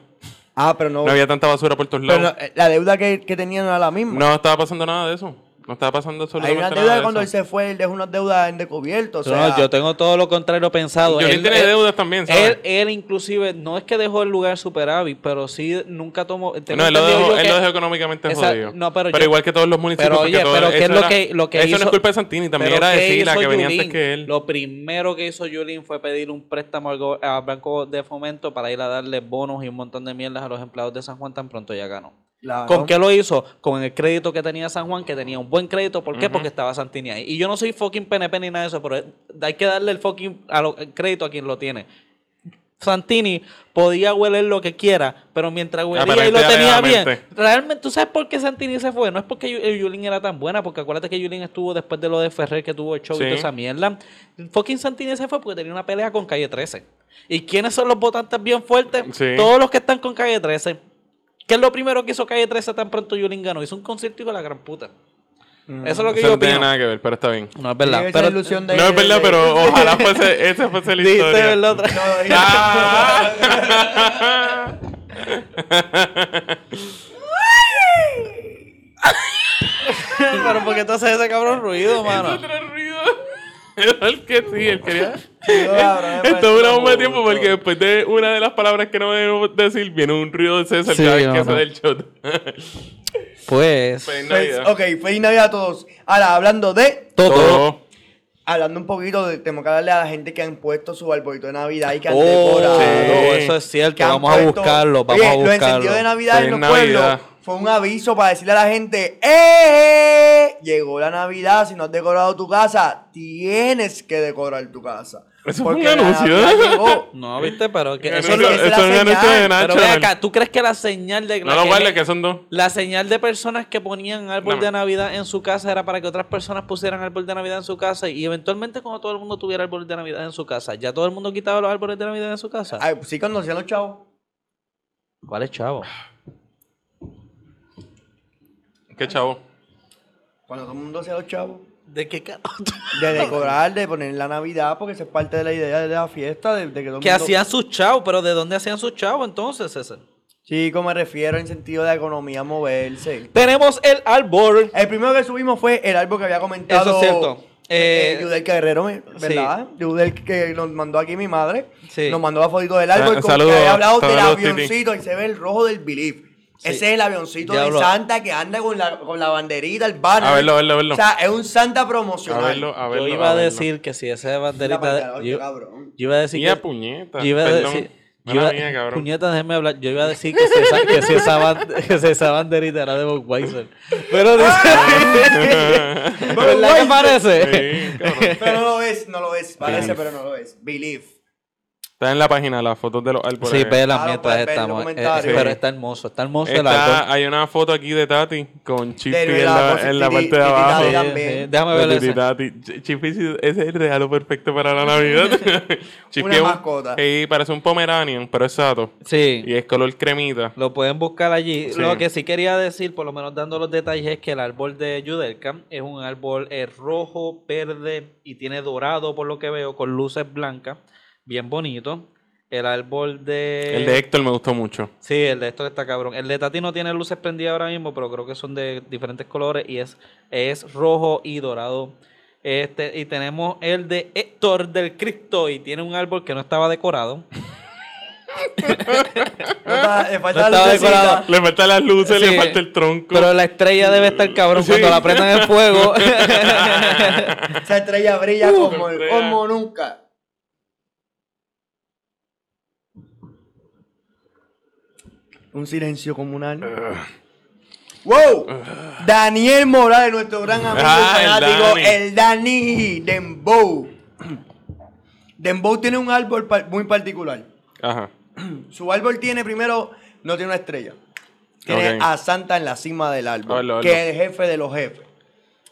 Ah, pero no.
No había tanta basura por todos
pero
lados.
no, eh, la deuda que, que tenía no era la misma.
No estaba pasando nada de eso. No estaba pasando
Hay
absolutamente
una
nada
deuda
de
que cuando él
Pues eso.
se fue, él dejó una deuda en descubierto. O
No,
sea,
yo tengo todo lo contrario pensado.
Yulín
Él-
tiene
él-
deudas también, ¿sabes?
Él, él inclusive, no es que dejó el lugar superávit, pero sí nunca tomó... tengo
No, él lo
entendido
dejó,
yo
él
que-
lo dejó económicamente
Esa-
jodido.
no, pero yo-
igual que todos los municipios.
Pero
porque
oye,
todo-
pero ¿qué es
eso
lo
era-
que, lo que
Eso no
hizo-
es culpa de Santini, también
pero
era de
¿qué
Sila,
hizo
que venía
Yulín?
antes que él.
Lo primero que hizo Yulín fue pedir un préstamo al, go- al Banco de Fomento para ir a darle bonos y un montón de mierdas a los empleados de San Juan tan pronto ya ganó.
Claro.
¿Con qué lo hizo? Con el crédito que tenía San Juan, que tenía un buen crédito. ¿Por qué? Porque estaba Santini ahí. Y yo no soy fucking PNP ni nada de eso, pero hay que darle el fucking a lo- el crédito a quien lo tiene. Santini podía hueler lo que quiera, pero mientras huelía y lo
Aparentemente,
tenía bien,
alegadamente.
realmente, ¿tú sabes por qué Santini se fue? No es porque Yu- eh, Yulín era tan buena, porque acuérdate que Yulín estuvo después de lo de Ferrer que tuvo el show
Sí.
y toda esa mierda. Fucking Santini se fue porque tenía una pelea con Calle 13. ¿Y quiénes son los votantes bien fuertes?
Sí.
Todos los que están con Calle 13. ¿Qué es lo primero que hizo Calle 13 tan pronto Yulín ganó? Hizo un concierto con la gran puta. Eso es lo que
Eso
yo
no tiene
opino.
nada que ver, pero está bien.
No es verdad.
Mm. Tiene esa
pero
ilusión
No
de-
es verdad,
de-
pero ojalá fuese, esa fuese la
Dijiste
historia.
el otro.
No,
Ah.
pero ¿por qué te haces ese cabrón ruido, mano?
Otro ruido. El que sí, él quería.
cabrón, me
Esto es una
pareció
bomba de tiempo
justo.
porque después de una de las palabras que no debemos decir, viene un ruido de César
Sí,
cada vez que
no,
sale
no.
el shot.
Pues.
Feliz
Pues,
Navidad.
ok, feliz Navidad a todos. Ahora, hablando de.
Todo.
Todo.
Hablando un poquito, de, tengo que hablarle a la gente que han puesto su arbolito de Navidad y que han
Oh,
decorado.
Sí.
eso es cierto.
que han
Vamos a
puesto-
buscarlo. Vamos
Oye,
a
Los encendidos de
buscarlo.
Navidad en
Feliz
los
Navidad.
pueblos fue un aviso para decirle a la gente: ¡Eh! Llegó la Navidad. Si no has decorado tu casa, tienes que decorar tu casa.
Eso
Porque
fue un
la
anuncio.
Navidad llegó.
No, viste, pero que
Eso
eso
es
es lo
esa es la
un anuncio de
señal,
Pero ve
Nacho.
acá, ¿tú crees que la señal de
No
la
lo
que
guardes,
le-
que son dos.
la señal de personas que ponían árbol
No.
de Navidad en su casa era para que otras personas pusieran árbol de Navidad en su casa y eventualmente cuando todo el mundo tuviera árbol de Navidad en su casa, ya todo el mundo quitaba los árboles de Navidad en su casa.
Ay, sí, cuando hacían los chavos.
Vale, chavo.
Qué chavo.
Cuando todo el mundo hacía los chavos.
¿De qué
De decorar, de poner la Navidad, porque esa es parte de la idea de la fiesta, de, de que todo el
Que
mundo-
hacían sus chavos, pero ¿de dónde hacían sus chavos entonces, César?
Chico, me refiero en sentido de economía moverse.
Tenemos el árbol.
El primero que subimos fue el árbol que había comentado.
Eso es cierto.
Eh,
Eh,
Yudel Guerrero, me-
sí.
¿verdad? Yudel que nos mandó aquí mi madre.
Sí.
Nos mandó la fotito del árbol.
Ah,
como
saludos,
que había hablado del
saludos,
avioncito y se ve el rojo del Belief.
Sí.
Ese es el avioncito
Diablo.
de Santa que anda con la, con la banderita, el banner.
A verlo, a verlo, a verlo.
O sea, es un Santa
A
promocional.
verlo, a verlo.
yo iba a
verlo.
decir que si esa
La
banderita...
pantalla,
Yo,
cabrón.
yo iba a decir
Mira,
que...
puñeta.
Yo iba a
Perdón.
decir. yo
Mala
iba-
mía, cabrón.
puñeta, déjeme hablar. Yo iba a decir que si esa, que si esa, ban- que si esa banderita era de Budweiser. Pero dice. ¿Verdad que
Budweiser.
parece?
Ah, Sí, cabrón.
Pero no lo ves, no lo ves. Parece,
Belief.
pero no lo ves. Belief.
Está en la página las fotos de los árboles.
Sí, vela
Ah, lo
mientras
puedes ver en
estamos.
los
eh,
comentarios.
Pero
Sí.
está hermoso, está hermoso el árbol.
Está, hay una foto aquí de Tati con Chippy
De
en
verdad,
la,
con
en la
Titi-
parte de
Titi
abajo.
Tati
Sí,
también.
sí, Déjame ver
Titi
ese.
Tati. Ch- Chippy sí, ese es el regalo perfecto para la Navidad. Chippy
Una
es un-
mascota.
Sí, parece un Pomeranian, pero es sato. Y
Sí.
es color cremita.
Lo pueden buscar allí.
Sí.
Lo que sí quería decir, por lo menos dando los detalles, es que el árbol de Yudelka es un árbol eh, rojo, verde y tiene dorado, por lo que veo, con luces blancas. Bien bonito. El árbol de.
El de Héctor me gustó mucho.
Sí, el de esto está cabrón. El de Tati no tiene luces prendidas ahora mismo, pero creo que son de diferentes colores y es, es rojo y dorado. Este, y tenemos el de Héctor del Cristo y tiene un árbol que no estaba decorado.
No está- le falta
No
la
estaba
lucecita.
decorado.
Le faltan las luces,
Sí.
le falta el tronco.
Pero la estrella debe estar cabrón
Sí.
cuando la prendan en fuego.
Esa estrella brilla como,
estrella.
como nunca. Un silencio comunal.
Ah.
¡Wow! Daniel Morales, nuestro gran amigo
Ah,
y
el
fanático,
Dani.
el Dani Dembow. Dembow tiene un árbol par- muy particular.
Ajá.
Su árbol tiene primero, no tiene una estrella. Tiene
Ok.
a Santa en la cima del árbol,
Hazlo,
que
hazlo.
es el jefe de los jefes.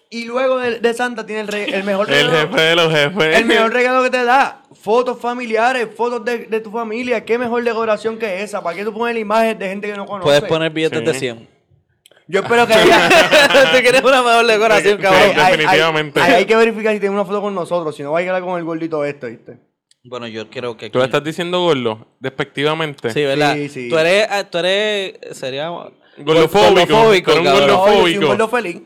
Y luego de, de Santa tiene el, re- el mejor
El
regalo.
jefe de los jefes.
El mejor regalo que te da. Fotos familiares, fotos de, de tu familia. Qué mejor decoración que esa. ¿Para qué tú pones la imagen de gente que no conoces?
Puedes poner billetes
Sí.
de 100.
Yo espero que haya.
Tú quieres una mejor decoración,
Ay,
cabrón.
ay, ay,
definitivamente.
ay, Hay, que verificar si tiene una foto con nosotros. Si no, va a llegar con el gordito este, ¿viste?
Bueno, yo creo que.
Tú le estás diciendo gordo, despectivamente.
Sí, ¿verdad?
Sí, sí.
Tú eres. ah, Tú eres. Sería.
Gordofóbico.
Gordofóbico,
Tú
No,
eres un gordo-
cabrón.
yo soy un
Gordofóbico.
gordo feliz.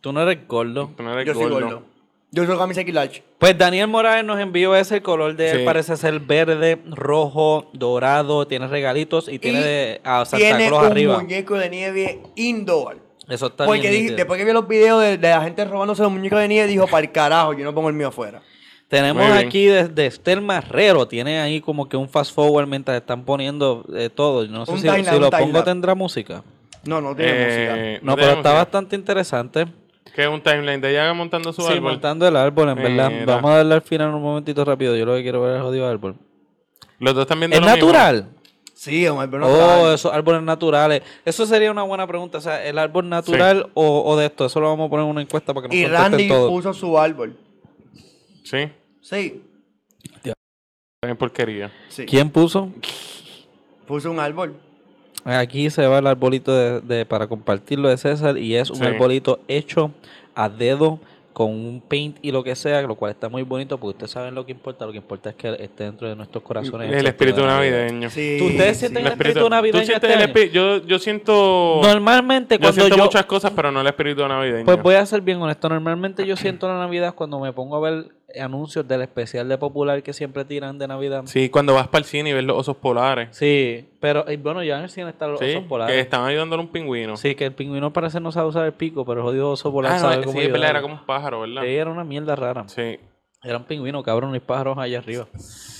Tú no eres gordo.
Tú no eres
Yo soy gordo. Yo soy camisa quilache.
Pues Daniel Morales nos envió ese el color de
Sí.
él, parece ser verde, rojo, dorado, tiene regalitos y tiene de- ah, a Santa
tiene
Claus
un
arriba.
muñeco de nieve indoor.
Eso está
Porque
bien
dije-
nítido.
después que vi los videos de, de la gente robándose los muñecos de nieve, dijo, para el carajo, yo no pongo el mío afuera.
Tenemos
Muy bien.
aquí desde Estel Marrero, tiene ahí como que un fast forward mientras están poniendo eh, todo. No sé
Un
si,
timeline,
si
un
lo
timeline.
pongo tendrá música.
No, no tiene música.
Eh,
No,
tiene
pero está
música.
bastante interesante.
Que es un timeline de ella montando su
Sí,
árbol.
montando el árbol, en verdad.
Mira.
Vamos a darle al final un momentito rápido. Yo lo que quiero ver es el jodido árbol.
Los dos están viendo
¿Es
lo mismo.
natural?
Sí, Omar, pero no
Oh,
trae.
esos árboles naturales. Eso sería una buena pregunta. O sea, ¿el árbol natural o, o de esto? Eso lo vamos a poner en una encuesta para que
Y
nos contesten
Randy
todo.
puso su árbol.
Sí.
Sí.
También porquería.
Sí.
¿Quién puso?
Puso un árbol.
Aquí se va el arbolito de, de- para compartirlo de César y es un
Sí.
arbolito hecho a dedo con un paint y lo que sea, lo cual está muy bonito porque ustedes saben lo que importa, lo que importa es que esté dentro de nuestros corazones.
El espíritu
sentido de Navidad.
navideño.
Sí,
¿Tú- ustedes
sí.
sienten
El
el espíritu navideño
¿Tú sientes
este
el
año?
espí- Yo, yo siento.
Normalmente
yo
cuando yo,
siento muchas cosas, pero no el espíritu navideño.
pues voy a ser bien honesto, normalmente yo siento la Navidad cuando me pongo a ver anuncios del especial de Popular que siempre tiran de Navidad. Sí,
Sí, cuando vas para el cine y ves los osos polares.
pero eh, bueno, ya en el cine están los
sí,
osos polares.
que están ayudándole a un pingüino.
Sí, que el pingüino parece no sabe usar el pico, pero el jodido oso polar
ah, no,
sabe
sí,
cómo
es verdad,
ayudarlo.
era como un pájaro, ¿verdad?
Sí, era una mierda rara.
Sí.
Eran pingüinos, cabrón, y pájaros allá arriba.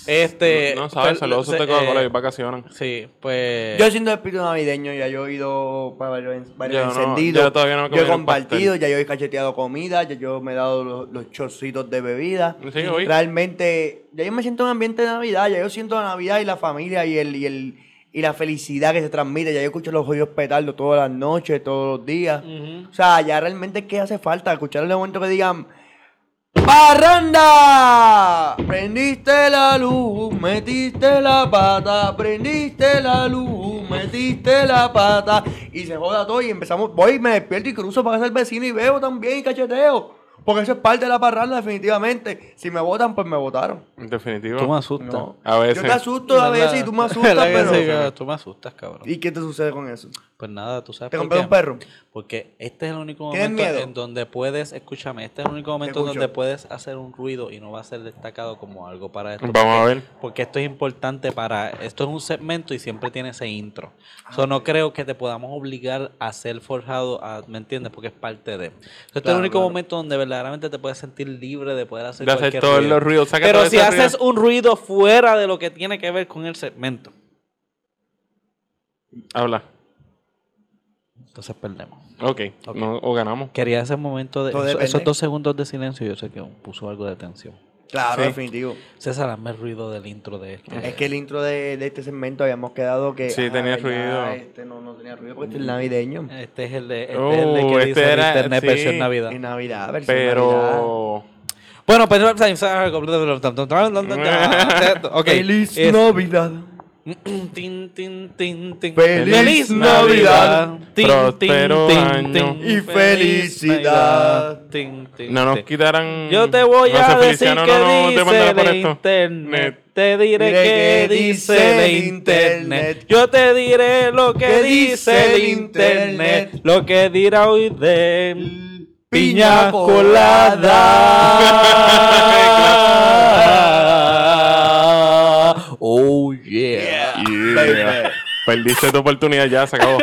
Este.
no, no sabes,
pero-
saludos
se-
a de Coca-Cola,
eh,
ellos vacacionan.
Sí, pues.
Yo siento el espíritu navideño, ya yo he ido para varios,
Yo
varios
no,
encendidos.
yo todavía no me he
Yo he
comido un
compartido, ya yo he cacheteado comida, ya yo me he dado los, los chorcitos de bebida.
Sí, hoy.
Realmente, ya yo me siento en un ambiente de Navidad, ya yo siento la Navidad y la familia y el, y el y la felicidad que se transmite. Ya yo escucho los jodidos petardos todas las noches, todos los días.
Ujú.
O sea, ya realmente qué hace falta escuchar el momento que digan ¡Parranda! Prendiste la luz, metiste la pata, prendiste la luz, metiste la pata y se joda todo y empezamos, voy, me despierto y cruzo para casa del vecino y veo también y cacheteo. Porque eso es parte de la parranda definitivamente. Si me votan, pues me votaron.
En definitiva.
Tú me asustas.
No.
A
Yo
veces.
te asusto a veces y tú me asustas,
¿Verdad que
pero...
sí, cabrón? tú me asustas, cabrón.
¿Y qué te sucede con eso?
Pues nada, tú sabes
¿Te
por
compré
qué.
un perro?
Porque este es el único
¿Tienes
momento
miedo?
en donde puedes, escúchame, este es el único momento en
escucho.
donde puedes hacer un ruido y no va a ser destacado como algo para esto.
Vamos a ver.
Porque esto es importante para. Esto es un segmento y siempre tiene ese intro. So, no creo que te podamos obligar a ser forjado, a- ¿me entiendes? Porque es parte de. So, este es
Claro,
el único
claro.
momento donde verdaderamente te puedes sentir libre de poder hacer,
De hacer
cualquier
todos
ruido.
los ruidos. saca
Pero
todo
si
ese
haces
ruido.
un ruido fuera de lo que tiene que ver con el segmento,
Habla.
entonces perdemos.
Ok. No, o ganamos.
Quería ese momento de.
Todo
eso-
depende.
esos dos segundos de silencio, yo sé que puso algo de tensión.
Claro,
Sí.
definitivo.
César, hazme el ruido del intro de este.
Es que el intro de, de este segmento habíamos quedado que. "Ah,
Sí, tenía
ya,
ruido.
Este no, no tenía ruido porque este es navideño.
Este es el de, este
Oh,
es el de que
este
dice
era-
Internet
sí.
versión Navidad.
En Navidad, versión Navidad.
Pero.
Bueno, pues, pero okay.
¡Feliz
es-
Navidad!
Tin, tin, tin, tin.
¡Feliz
Navidad!
Tin, tin,
Próspero
tin,
año.
tin.
Y felicidad.
Tin, tin,
No nos
tin.
quitaran.
Yo te voy
No sé,
a decir
Feliciano,
que
no, no, te
dice
mandará por
el
esto.
internet.
Net.
Te diré
Diré
que
que
dice el
dice el
internet.
internet.
Yo te diré lo que
Que
dice
dice
el
el
internet.
internet.
Lo que dirá hoy de
Piña
piña colada. Oh yeah.
Yeah. Perdiste tu oportunidad ya, se acabó.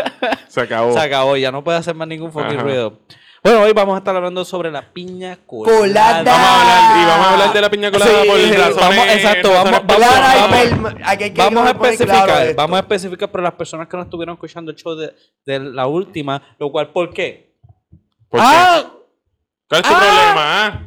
Se acabó.
Se acabó, ya no puede hacer más ningún fucking
Oh. Ajá.
ruido. Bueno, hoy vamos a estar hablando sobre la piña colada.
Colada.
Vamos a hablar, y vamos a hablar de la piña colada
Sí,
por
sí,
razones.
vamos- exacto, vamos-
razones
vamos-
personales.
Clara
vamos-
y Belma- aquí hay que
Vamos a
poner
especificar,
claro esto.
vamos a especificar para las personas que no estuvieron escuchando el show de, de la última, lo cual, ¿por qué?
¿Por qué?
¡Ah!
¿Cuál es tu
ah.
problema? ah?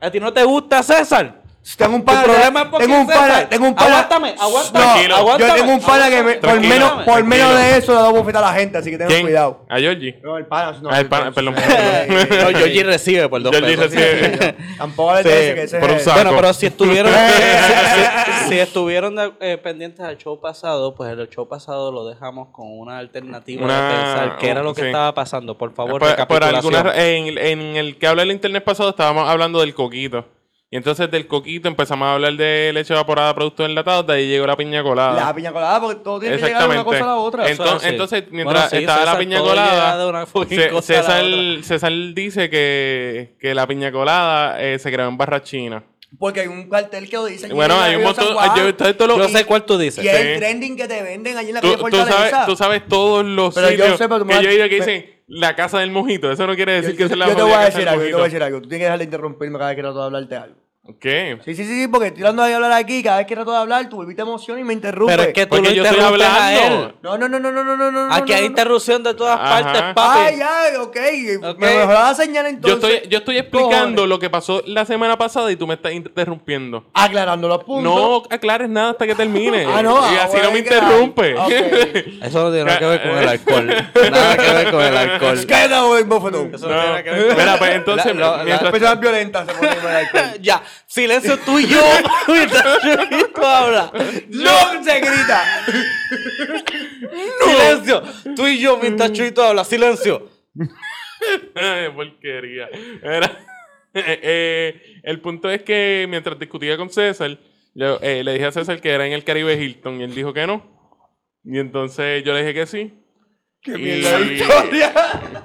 ¿A ti no te gusta, César?
Tengo un
Tu
pana.
problema es porque
tengo un
César-
pana. Tengo un pana.
Aguántame, aguántame,
Tranquilo.
aguántame,
Yo tengo un pana que me- por
Tranquilo,
menos, por
tranquilo.
menos de eso le doy bofetada a la gente, así que tengan
¿Quién?
cuidado.
A Georgie.
No, el pana. No,
Ah, el pana, perdón.
No, Georgie recibe por dos
Georgie
pesos.
recibe.
Tampoco le
Sí,
dice que ese
por
es
un
el-
saco.
Bueno, pero si estuvieron, si, si- si estuvieron de- eh, pendientes al show pasado, pues el show pasado lo dejamos con una alternativa
Una-
de pensar qué era lo que
sí. Pues,
estaba pasando. Por favor,
Por- por
recapitulación.
alguna ra- en, en el que habla el internet pasado estábamos hablando del coquito. Y entonces del coquito empezamos a hablar de leche evaporada, productos enlatados, de ahí llegó la piña colada.
La piña colada, porque todo tiene que llegar de una cosa a la otra.
Entonces,
Eso es así.
entonces,
Bueno,
mientras
sí,
estaba
César,
la piña
todo llega de una
colada,
fucking
Ce-
cosa a la
César,
otra.
César dice que, que la piña colada eh, se creó en barra china.
Porque hay un cartel que lo dicen.
Bueno,
y
hay un
en San
montón.
Juan,
Yo, he visto todos los-
Yo sé cuál tú dices.
Y es el
Sí.
trending que te venden allí en la
tú,
calle
tú
Fortaleza.
sabes, tú sabes todos los
Pero yo
sitios
sé, pero tú me
que yo he
vas-
ido que
me-
dicen la casa del mojito. Eso no quiere decir
yo,
que
yo-
es la
yo te
jodida
voy a
casa
decir
del
algo, yo te voy a
mojito.
decir algo. Tú tienes que dejar de interrumpirme cada vez que trato de hablarte algo.
¿Qué?
Sí, sí, sí, sí, porque estoy dando de hablar aquí. Cada vez que trato de hablar, tú volviste emoción y me interrumpes.
Pero es que tú
Porque
lo
yo estoy
interrumpes a
hablando.
él.
No, no, no, no, no, no, no, no.
Aquí
no,
hay
no, no.
interrupción de todas
Ajá.
partes,
Ah,
papi.
ya, ok.
Ok.
Me mejoró la señal
Yo
entonces.
estoy, yo estoy explicando lo que pasó la semana pasada y tú me estás interrumpiendo.
Aclarando los puntos.
No aclares nada hasta que termine.
Ah, no.
y
ah,
así
bueno,
no me
hay que dar.
interrumpe.
Ok.
Eso no tiene nada que ver con el alcohol. Nada que ver con el alcohol.
Queda el bófono.
Eso
No.
no tiene nada que ver con-
Mira, pues entonces,
La- la- la-
mientras-
Las personas violentas se ponen con el alcohol.
Ya, Silencio tú y yo. Mientras Chomito habla.
¡No! Se grita.
Silencio. Tú y yo mientras Chuito habla. Silencio.
Ay, porquería. Era- Eh, eh, el punto es que mientras discutía con César, yo, eh, le dije a César que era en el Caribe Hilton y él dijo que no. Y entonces yo le dije que sí.
¡Qué
Y-
mierda de historia!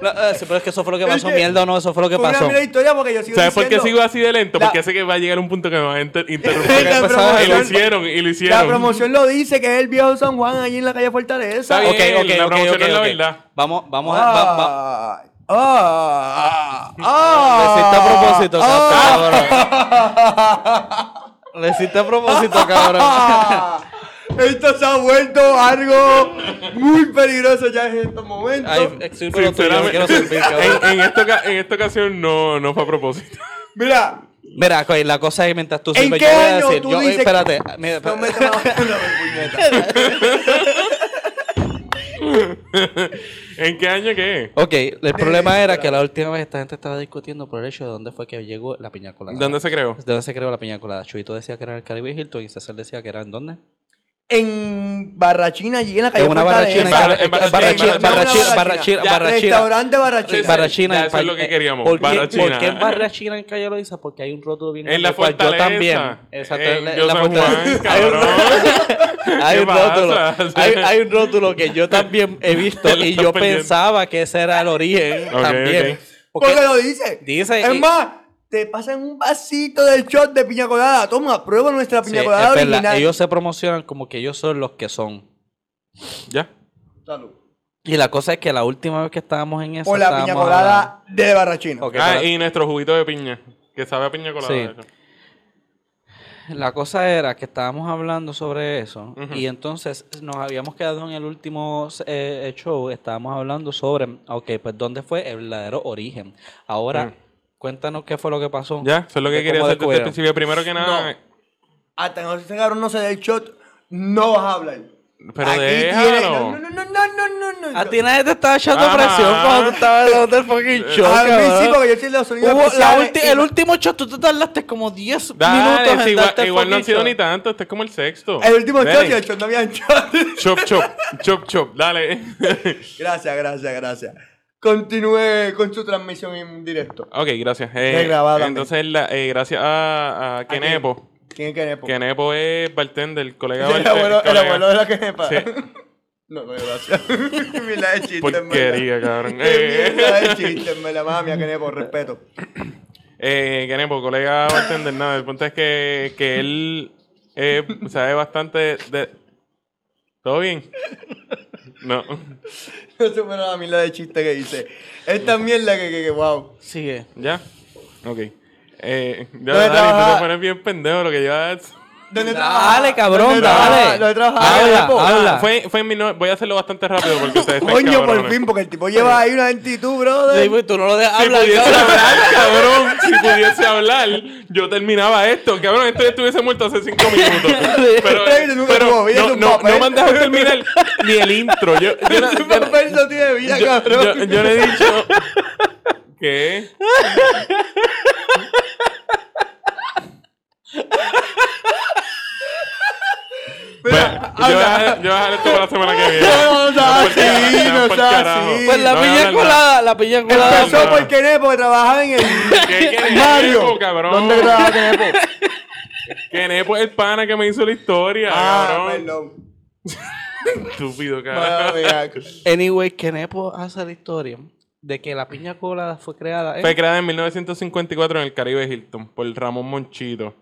No, eh, pero es que eso fue lo que pasó.
Es que-
Mierda o no, eso fue lo que
Fue Una
pasó.
mierda de historia porque yo sigo
¿Sabes por qué
diciendo-
sigo así de lento?
La-
Porque sé que va a llegar un punto que me va a inter- interrumpir.
La
y lo
promoción-
hicieron, y lo hicieron.
La promoción lo dice, que es el viejo San Juan allí en la calle Fortaleza.
Está bien,
Ok, ok,
la
ok,
promoción
ok,
es la
ok.
verdad.
Vamos, vamos a. va- va-
Ah, ah, ah,
Le hiciste a propósito,
ah,
cabrón. Le hiciste a propósito, cabrón.
ah. Esto se ha vuelto algo muy peligroso ya en estos momentos.
Ay, eh. estoy por lo tuyo, no
Sinceramente,
quiero servir, cabrón.
¿eh? en, en esta, oca- en esta ocasión no, no fue a propósito.
Mira,
Mira, coi, la cosa es que mientras tú
¿en
sirves,
qué
yo voy a
año
decir.
tú
Yo, eh,
dices que-
espérate, mira,
no me
espérate.
trabajes no me puñeta.
¿En qué año qué?
Ok, el problema era que la última vez esta gente estaba discutiendo por el hecho de dónde fue que llegó la piña colada.
¿Dónde se creó?
¿De dónde se creó la piña colada? Chuito decía que era en el Caribe Hilton y César decía que era en dónde?
En Barrachina allí en la calle
En una barrachina.
Fortaleza.
en Barra- en
Barrachina,
Barrachina,
barrachina,
Barrachina.
barrachina,
Ya,
barrachina.
Restaurante Barrachina.
Barra-
Barrachina.
Ya,
en
eso es
Pal-
lo que
eh,
queríamos,
¿Por qué,
Barrachina.
¿Por qué en Barrachina en Calle Loiza? Porque hay un rótulo bien
En la
grande, cual
fortaleza.
Yo también. Exacto.
En,
la-
Yo
la
San Juan,
fortaleza. Hay un-
cabrón.
Hay
¿Qué
un, rótulo,
pasa?
hay, hay un rótulo que yo también he visto
Él
y
está
yo
pendiente.
pensaba que ese era el origen
Ok,
también.
ok.
Porque-
Porque lo dice.
Dice,
Es
y-
más, te pasan un vasito de shot de piña colada. Toma, prueba nuestra
Sí,
piña colada
es verdad,
original.
ellos se promocionan como que ellos son los que son.
Ya.
Salud.
Y la cosa es que la última vez que estábamos en eso.
Por la piña
estábamos hablando-
colada de Barrachina.
Ok,
Ah,
pero-
y nuestro juguito de piña, que sabe a piña colada.
Sí.
de hecho.
La cosa era que estábamos hablando sobre eso
Ujú.
y entonces nos habíamos quedado en el último eh, show, estábamos hablando sobre, ok, pues dónde fue el verdadero origen. Ahora,
Mm.
cuéntanos qué fue lo que pasó.
Ya, eso es lo que
de
quería
cómo
hacer desde el
descubrieron.
principio. Primero que nada,
Hasta que no se cabrón no se dé el shot, no vas a hablar.
pero
Aquí
déjalo.
tiene- No, no, no, no, no, no, no.
A ti nadie te estaba echando
Ah. Eh,
presión cuando tú estabas en el otro fucking show.
A mí sí,
cabrón.
porque yo estoy en los sonidos
Hubo la
especiales
ulti-
y-
el último show, tú te tardaste como 10
Dale,
minutos
si
en
igual,
darte el
igual no han
fucking
sido
show.
ni tanto, este es como el sexto.
El último shot
Dale.
y el shot no había shot.
Chop, chop, chop, chop, dale.
gracias, gracias, gracias. Continúe con su transmisión en directo.
ok, gracias. Eh,
Es grabado también.
entonces, la- eh, gracias a, a Kenepo.
¿Quién es Kenepo?
Kenepo es bartender, el colega
El
bartender.
abuelo, el
eh, colega.
abuelo de la Kenepa.
Sí.
No, no, gracias. Mira de chiste, en verdad.
Porquería, cabrón.
Qué
Eh,
mierda de chiste, en verdad, mami, a Kenepo, respeto.
Eh, que Nepo, colega bartender, nada. El punto es que, que él eh, sabe bastante de. ¿Todo bien? No.
No supero la mierda de chiste que hice. Esta mierda que, que, que wow.
Sigue.
¿Ya? Ok. Eh, ya,
¿Dónde
Dani, tú
trabaja?
te pones bien pendejo lo que llevas.
¿Dónde
Dale,
trabaja?
cabrón,
¿Dónde trabaja?
dale.
¿Dónde trabaja?
Habla,
Kenepo?
habla.
Fue, fue en mi no- Voy a hacerlo bastante rápido porque ustedes están
Coño, por
cabrones.
fin, porque el tipo lleva ahí una lentitud, brother.
Sí, pues, tú no lo dejas
Si
hablar,
pudiese
cabrón.
hablar, cabrón, si pudiese hablar, yo terminaba esto. Cabrón, esto yo estuviese muerto hace cinco minutos. Pero,
Pero nunca
pero
tuvo vida, es
no,
un
no,
papel.
no me han dejado terminar ni el intro. Yo, yo no- yo no-
Papel no tiene vida, cabrón.
yo- yo le he dicho que
Mira,
yo voy a
habla.
dejar- yo voy a dejar esto para la semana que viene.
No, no seas
Porque-
así, no
por
seas
carajo.
así.
Pues la
No voy a
piña
hablar nada.
colada, la piña colada.
Empezó
Pasó
Calma.
por Kenepo, que trabajaba en el...
¿Qué- qué- qué
Mario.
Nepo, cabrón?
¿Dónde trabajaba Kenepo?
Que Nepo es el pana que me hizo la historia,
Ah,
cabrón.
perdón.
Estúpido,
Mala
cabrón.
mía.
Anyway, Kenepo hace la historia de que la piña colada fue creada en...
Fue creada en 1954 en el Caribe Hilton por Ramón Monchito.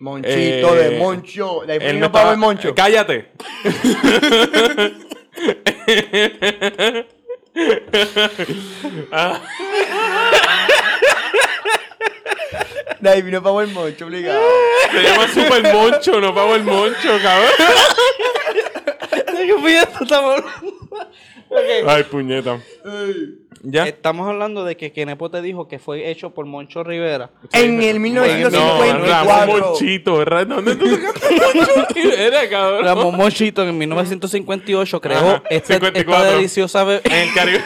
Monchito
Eh,
de Moncho. La
Él
diferencia
no
no para
estaba-
el Moncho.
Cállate.
La divino para el Moncho, obligado.
Se llama Super Moncho, no pago el Moncho, cabrón.
¿De qué puñetas estamos hablando? Ok.
Ay, puñeta.
Ey.
Ya.
Estamos hablando de que Kenepo te dijo que fue hecho por Moncho Rivera.
En el
No, Ramón
1954.
Monchito, ¿verdad? ¿Dónde tú sacaste Moncho Rivera, cabrón?
Ramón Monchito en 1958 creó
Ajá,
este- esta
54.
deliciosa bebida.
En el Caribe.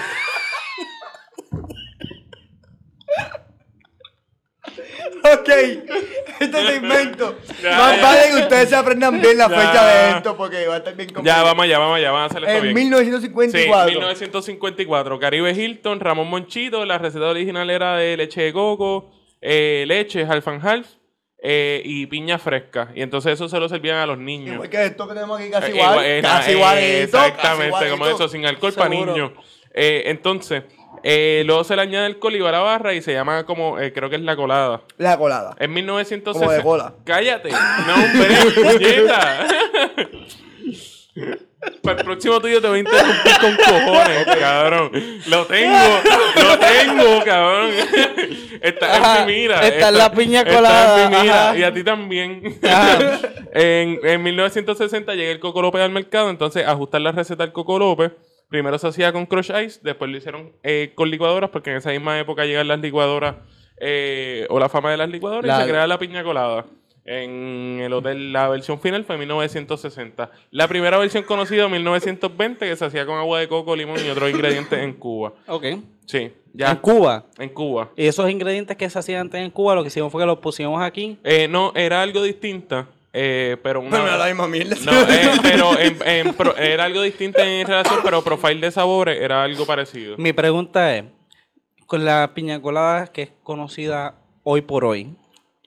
ok, este es el invento.
Ya,
Más
ya.
vale que ustedes se aprendan bien la
Ya.
fecha de esto porque va a estar bien
Ya,
complicado.
vamos allá, vamos allá, vamos a hacer esto
En
bien.
1954.
Sí, 1954. Caribe Hilton, Ramón Monchito. La receta original era de leche de coco, eh, leche, half and half eh, y piña fresca. Y entonces eso se lo servían a los niños.
Igual que esto que tenemos aquí casi
Eh,
igual.
eh,
casi
eh,
igualito.
Exactamente,
casi
como
igualito.
eso, sin alcohol para
Seguro.
niños. Eh, entonces, eh, luego se le añade alcohol y va a la barra y se llama como, eh, creo que es la colada.
La colada.
En 1960.
Como de cola.
Cállate. No, hombre, puñeta. Para el próximo tuyo te voy a interrumpir con cojones, cabrón. Lo tengo, lo tengo, cabrón. Está
Ajá,
en mi mira.
está en la piña colada,
Está en mi mira.
ajá.
Y a ti también. en, en 1960 llega el Coco López al mercado, entonces ajustar la receta al Coco López. Primero se hacía con crush ice, después lo hicieron eh, con licuadoras, porque en esa misma época llegan las licuadoras eh, o la fama de las licuadoras y
La-
se crea la piña colada. En el hotel, la versión final fue en 1960. La primera versión conocida en 1920, que se hacía con agua de coco, limón y otros ingredientes en Cuba.
Ok.
Sí,
En
ya.
Cuba.
En Cuba.
Y esos ingredientes que se hacían antes en Cuba, lo que hicimos fue que los pusimos aquí.
Eh, no, era algo distinta, eh, pero una.
Pero no era la misma mierda.
No, eh, pero en- en pro- era algo distinto en relación, pero profile de sabores era algo parecido.
Mi pregunta es, con la piña colada que es conocida hoy por hoy,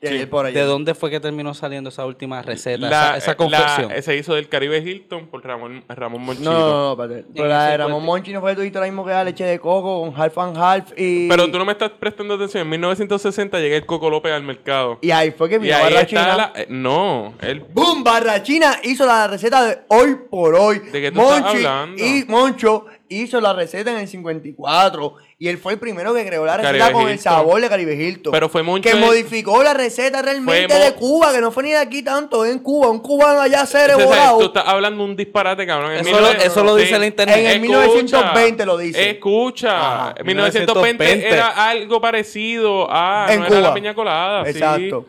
Y ahí por ahí.
¿de dónde fue que terminó saliendo esa última receta, esa,
La- eh,
esa
la-
confección?
se hizo del Caribe Hilton por Ramón, Ramón Monchito.
No, no, no, espérate. Pero la de Ramón
50.
Monchi no fue que tuviste ahora mismo que era leche de coco con half and half y.
Pero tú no me estás prestando atención. En 1960 llega el Coco López al mercado.
Y ahí fue que
Y
vino
ahí
Barra
está
China.
la... eh, No, el...
¡Bum! Barra China hizo la receta de hoy por hoy.
¿De qué tú estás hablando?
Y Moncho hizo la receta en el 54. Y él fue el primero que creó la receta
Caribe
con el
Hilton.
sabor de Caribe Hilton.
Pero fue Moncho
Que
el-
modificó la receta realmente
Fue Mon-
de Cuba, que no fue ni de aquí tanto, en Cuba. Un cubano allá
Entonces, tú
cerebrado.
estás hablando un disparate, cabrón. En
Eso lo-
1900
eso lo dice
sí.
el internet.
En el 1920 lo dice.
Escucha.
Ajá,
1920,
1920.
era algo parecido a...
En
no
Cuba.
era la piña colada. sí.
Exacto.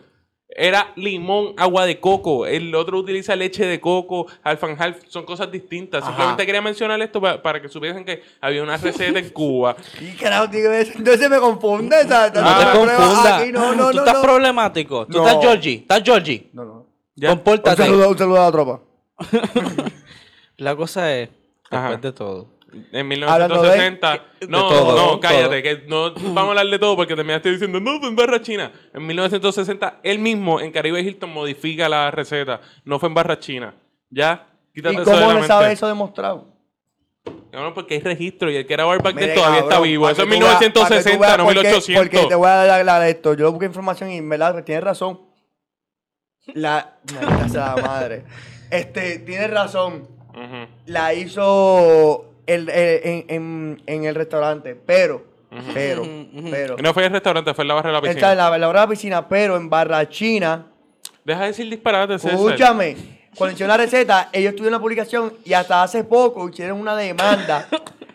Era limón, agua de coco. El otro utiliza leche de coco, half and half. Son cosas distintas.
Ajá.
Simplemente quería mencionar esto pa- para que supiesen que había una receta en Cuba.
¿Y carajo digo eso? Entonces me confunde. esa-
No
esa prueba
te confundas.
Ah, aquí, No, no,
tú
no,
estás
no.
problemático. Tú
No.
estás Georgie. Estás Georgie.
No, no.
Ya.
Un
Compórtate.
saludo, un saludo a la tropa.
La cosa es,
Ajá.
después de todo,
En
Hablando de-
1960.
de
No,
todo,
no,
todo.
cállate, que no vamos a hablar de todo porque terminaste diciendo, no, fue en barra china. En 1960, él mismo en Caribe Hilton modifica la receta. No fue en barra china. Ya, quítate
¿Y
eso de
cómo
la
le
mente.
sabe eso demostrado?
Cabrón, porque hay registro y el que era barback de
Mire,
él todavía está
cabrón,
vivo.
para
Eso es
que tú veas- para que tú
1960,
veas
no
por qué-
1800.
Porque te voy a dar la, la de esto. Yo busqué información y me la tienes razón. La. maldita sea la madre. Este, tienes razón.
Ujú.
La hizo el- el- en, en- en el restaurante. Pero, pero, pero.
No fue en el restaurante, fue en la barra de la piscina.
Está en la, la hora de la piscina, pero en Barra China.
Deja de decir disparate, César.
Escúchame. Cuando hicieron la receta, ellos tuvieron la publicación y hasta hace poco hicieron una demanda.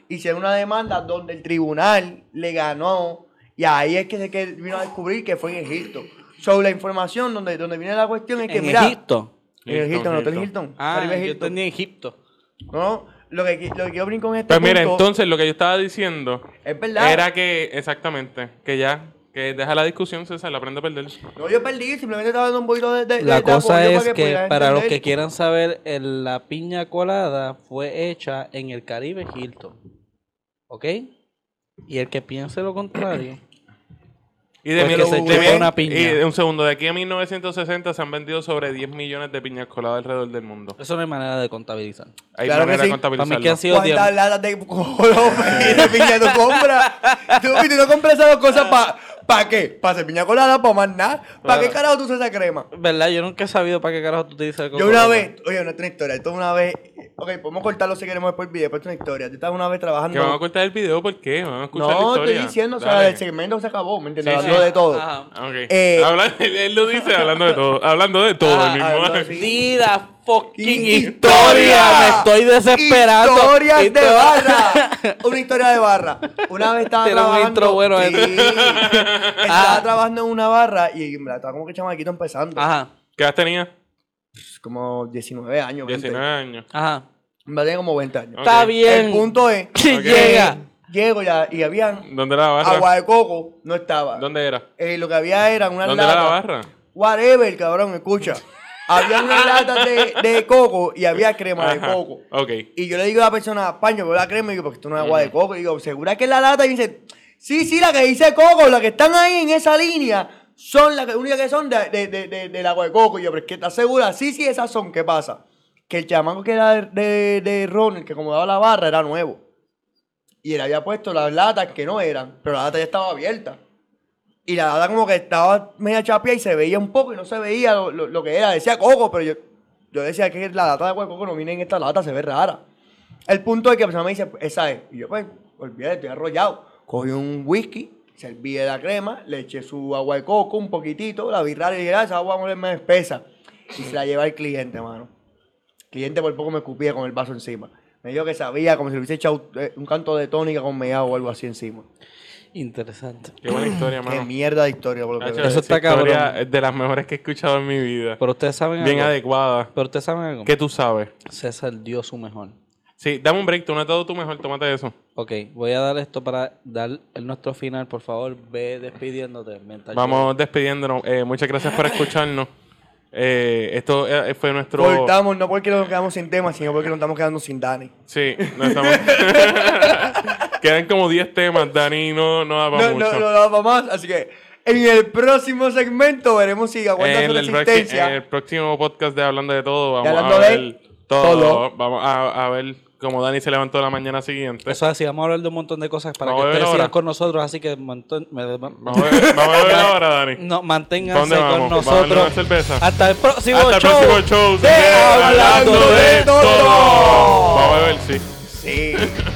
hicieron una demanda donde el tribunal le ganó. Y ahí es que se que vino a descubrir que fue en Egipto. Sobre la información donde, donde viene la cuestión es que,
en
mira.
Egipto.
En el Hilton, en el Hotel
Hilton.
Hilton.
Ah,
Caribe
yo
Hilton.
tenía Egipto.
No, lo que, qui- lo que quiero brincar con este
Pues mira,
punto
entonces lo que yo estaba diciendo
es verdad.
era que, exactamente, que ya, que deja la discusión, César, la aprende a perder.
No, yo perdí, simplemente estaba dando un poquito de. de-
La
de- de
cosa
apoyo
es que,
pudieran
para los que
entender.
quieran saber, el- la piña colada fue hecha en el Caribe Hilton. ¿Ok? Y el que piense lo contrario.
Y de,
Pues
mil-
que se
de
chupa
mil-
una piña.
y de- un segundo, de aquí a 1960 se han vendido sobre 10 millones de piñas coladas alrededor del mundo.
Eso no hay manera de contabilizar.
Hay
Claro que sí.
manera de contabilizarlo.
Para mí que han sido
¿Cuántas
10.
latas de Colombia de piña tú compras? ¿Tú, y tú no compras esas dos cosas para pa qué? ¿Para hacer piña colada? ¿Para más nada? ¿Para qué carajo tú usas esa crema?
¿Verdad? Yo nunca he sabido para qué carajo tú utilizas el
Yo una
Coca-Cola.
vez, oye, una, otra historia, esto una vez, ok, podemos cortarlo si queremos después el video, pero esto es una historia, yo estaba una vez
Que van a
trabajando,
cortar el video, ¿por qué? Van a escuchar la
no,
historia.
estoy diciendo, o sea,
Dale.
el segmento se acabó, ¿me entiendes?
Sí,
Hablando
sí.
de todo.
Ajá.
Ok.
Eh,
Habla- él, él lo dice hablando de todo. Hablando de todo. el mismo.
hablando así.
Di la fucking
Historia.
historia. Me estoy desesperando.
Historias de
Historia-
barra. Una historia de barra. Una vez estaba
Tiene un
trabajando.
intro bueno
Sí.
este.
Estaba
Ah.
trabajando en una barra y me la estaba como que chamaquito empezando.
Ajá,
¿Qué edad tenía?
Como 19 años, 20.
19 años.
ajá.
Me tenía como 20 años.
Ok.
Está bien.
El punto es.
Sí,
Ok.
Llega.
llego y, la- y habían
¿Dónde era la barra?
agua de coco, no estaba.
¿Dónde era?
Eh, lo que había eran unas
¿Dónde
latas.
era la barra?
Whatever, cabrón, escucha. había unas latas de, de coco y había crema de
Ajá,
coco.
Ok.
Y yo le digo a la persona, paño, veo la crema y digo, porque esto no es agua de coco. Y digo, ¿segura que es la lata? Y dice, sí, sí, la que dice coco, las que están ahí en esa línea, son las que- únicas que son de, de- de- de- del agua de coco. Y yo, pero es que estás segura, sí, sí, esas son, ¿qué pasa? Que el chamaco que era de, de, de Ron, el que acomodaba la barra, era nuevo. Y él había puesto las latas que no eran, pero la lata ya estaba abierta. Y la lata como que estaba media chapia y se veía un poco y no se veía lo, lo- lo que era. Decía coco, pero yo, yo decía que la lata de agua de coco no viene en esta lata, se ve rara. El punto es que la persona me dice, esa es. Y yo, pues, olvídate, estoy arrollado. Cogí un whisky, serví de la crema, le eché su agua de coco un poquitito, la vi rara y dije, ah, esa agua es más espesa. Y se la lleva el cliente, mano. El cliente por poco me escupía con el vaso encima. Me dijo que sabía, como si le hubiese echado eh, un canto de tónica con meado o algo así encima.
Interesante.
Qué buena historia,
Qué
mano.
mierda de historia, por lo que
Nacho,
veo.
Eso
esa
está cabrón.
historia Es de las mejores que he escuchado en mi vida.
Pero ustedes saben
Bien
algo.
adecuada.
Pero ustedes saben algo.
¿Qué tú sabes?
César dio su mejor.
Sí, dame un break. Tú no has dado tu mejor. Tómate eso.
Ok, voy a dar esto para dar el nuestro final. Por favor, ve despidiéndote. mientras yo-
Vamos despidiéndonos. Eh, muchas gracias por escucharnos. Eh, esto eh, fue nuestro...
Cortamos, no porque nos quedamos sin tema, sino porque nos estamos quedando sin Dani.
Sí, no estamos... Quedan como 10 temas. Dani no, no da pa'
No, no,
mucho.
no daba más, así que en el próximo segmento veremos si aguanta
en,
su
el proxi- en el
resistencia.
próximo podcast de Hablando de Todo vamos
De Hablando
a
de
ver todo.
Todo.
Vamos a, a ver cómo Dani se levantó la mañana siguiente.
Eso es así, vamos a hablar de un montón de cosas para
Vamos a
que
beber
ustedes
ahora.
sigan con nosotros. Así que mantén- me-
Vamos a ver, vamos a ver ahora, Dani.
no,
¿Para dónde
manténganse
vamos?
con
¿Vamos a darle una
nosotros.
cerveza?
Hasta el próximo
Hasta el
show.
próximo show. señores.
Hablando de Todo.
Vamos a ver, sí.
Sí.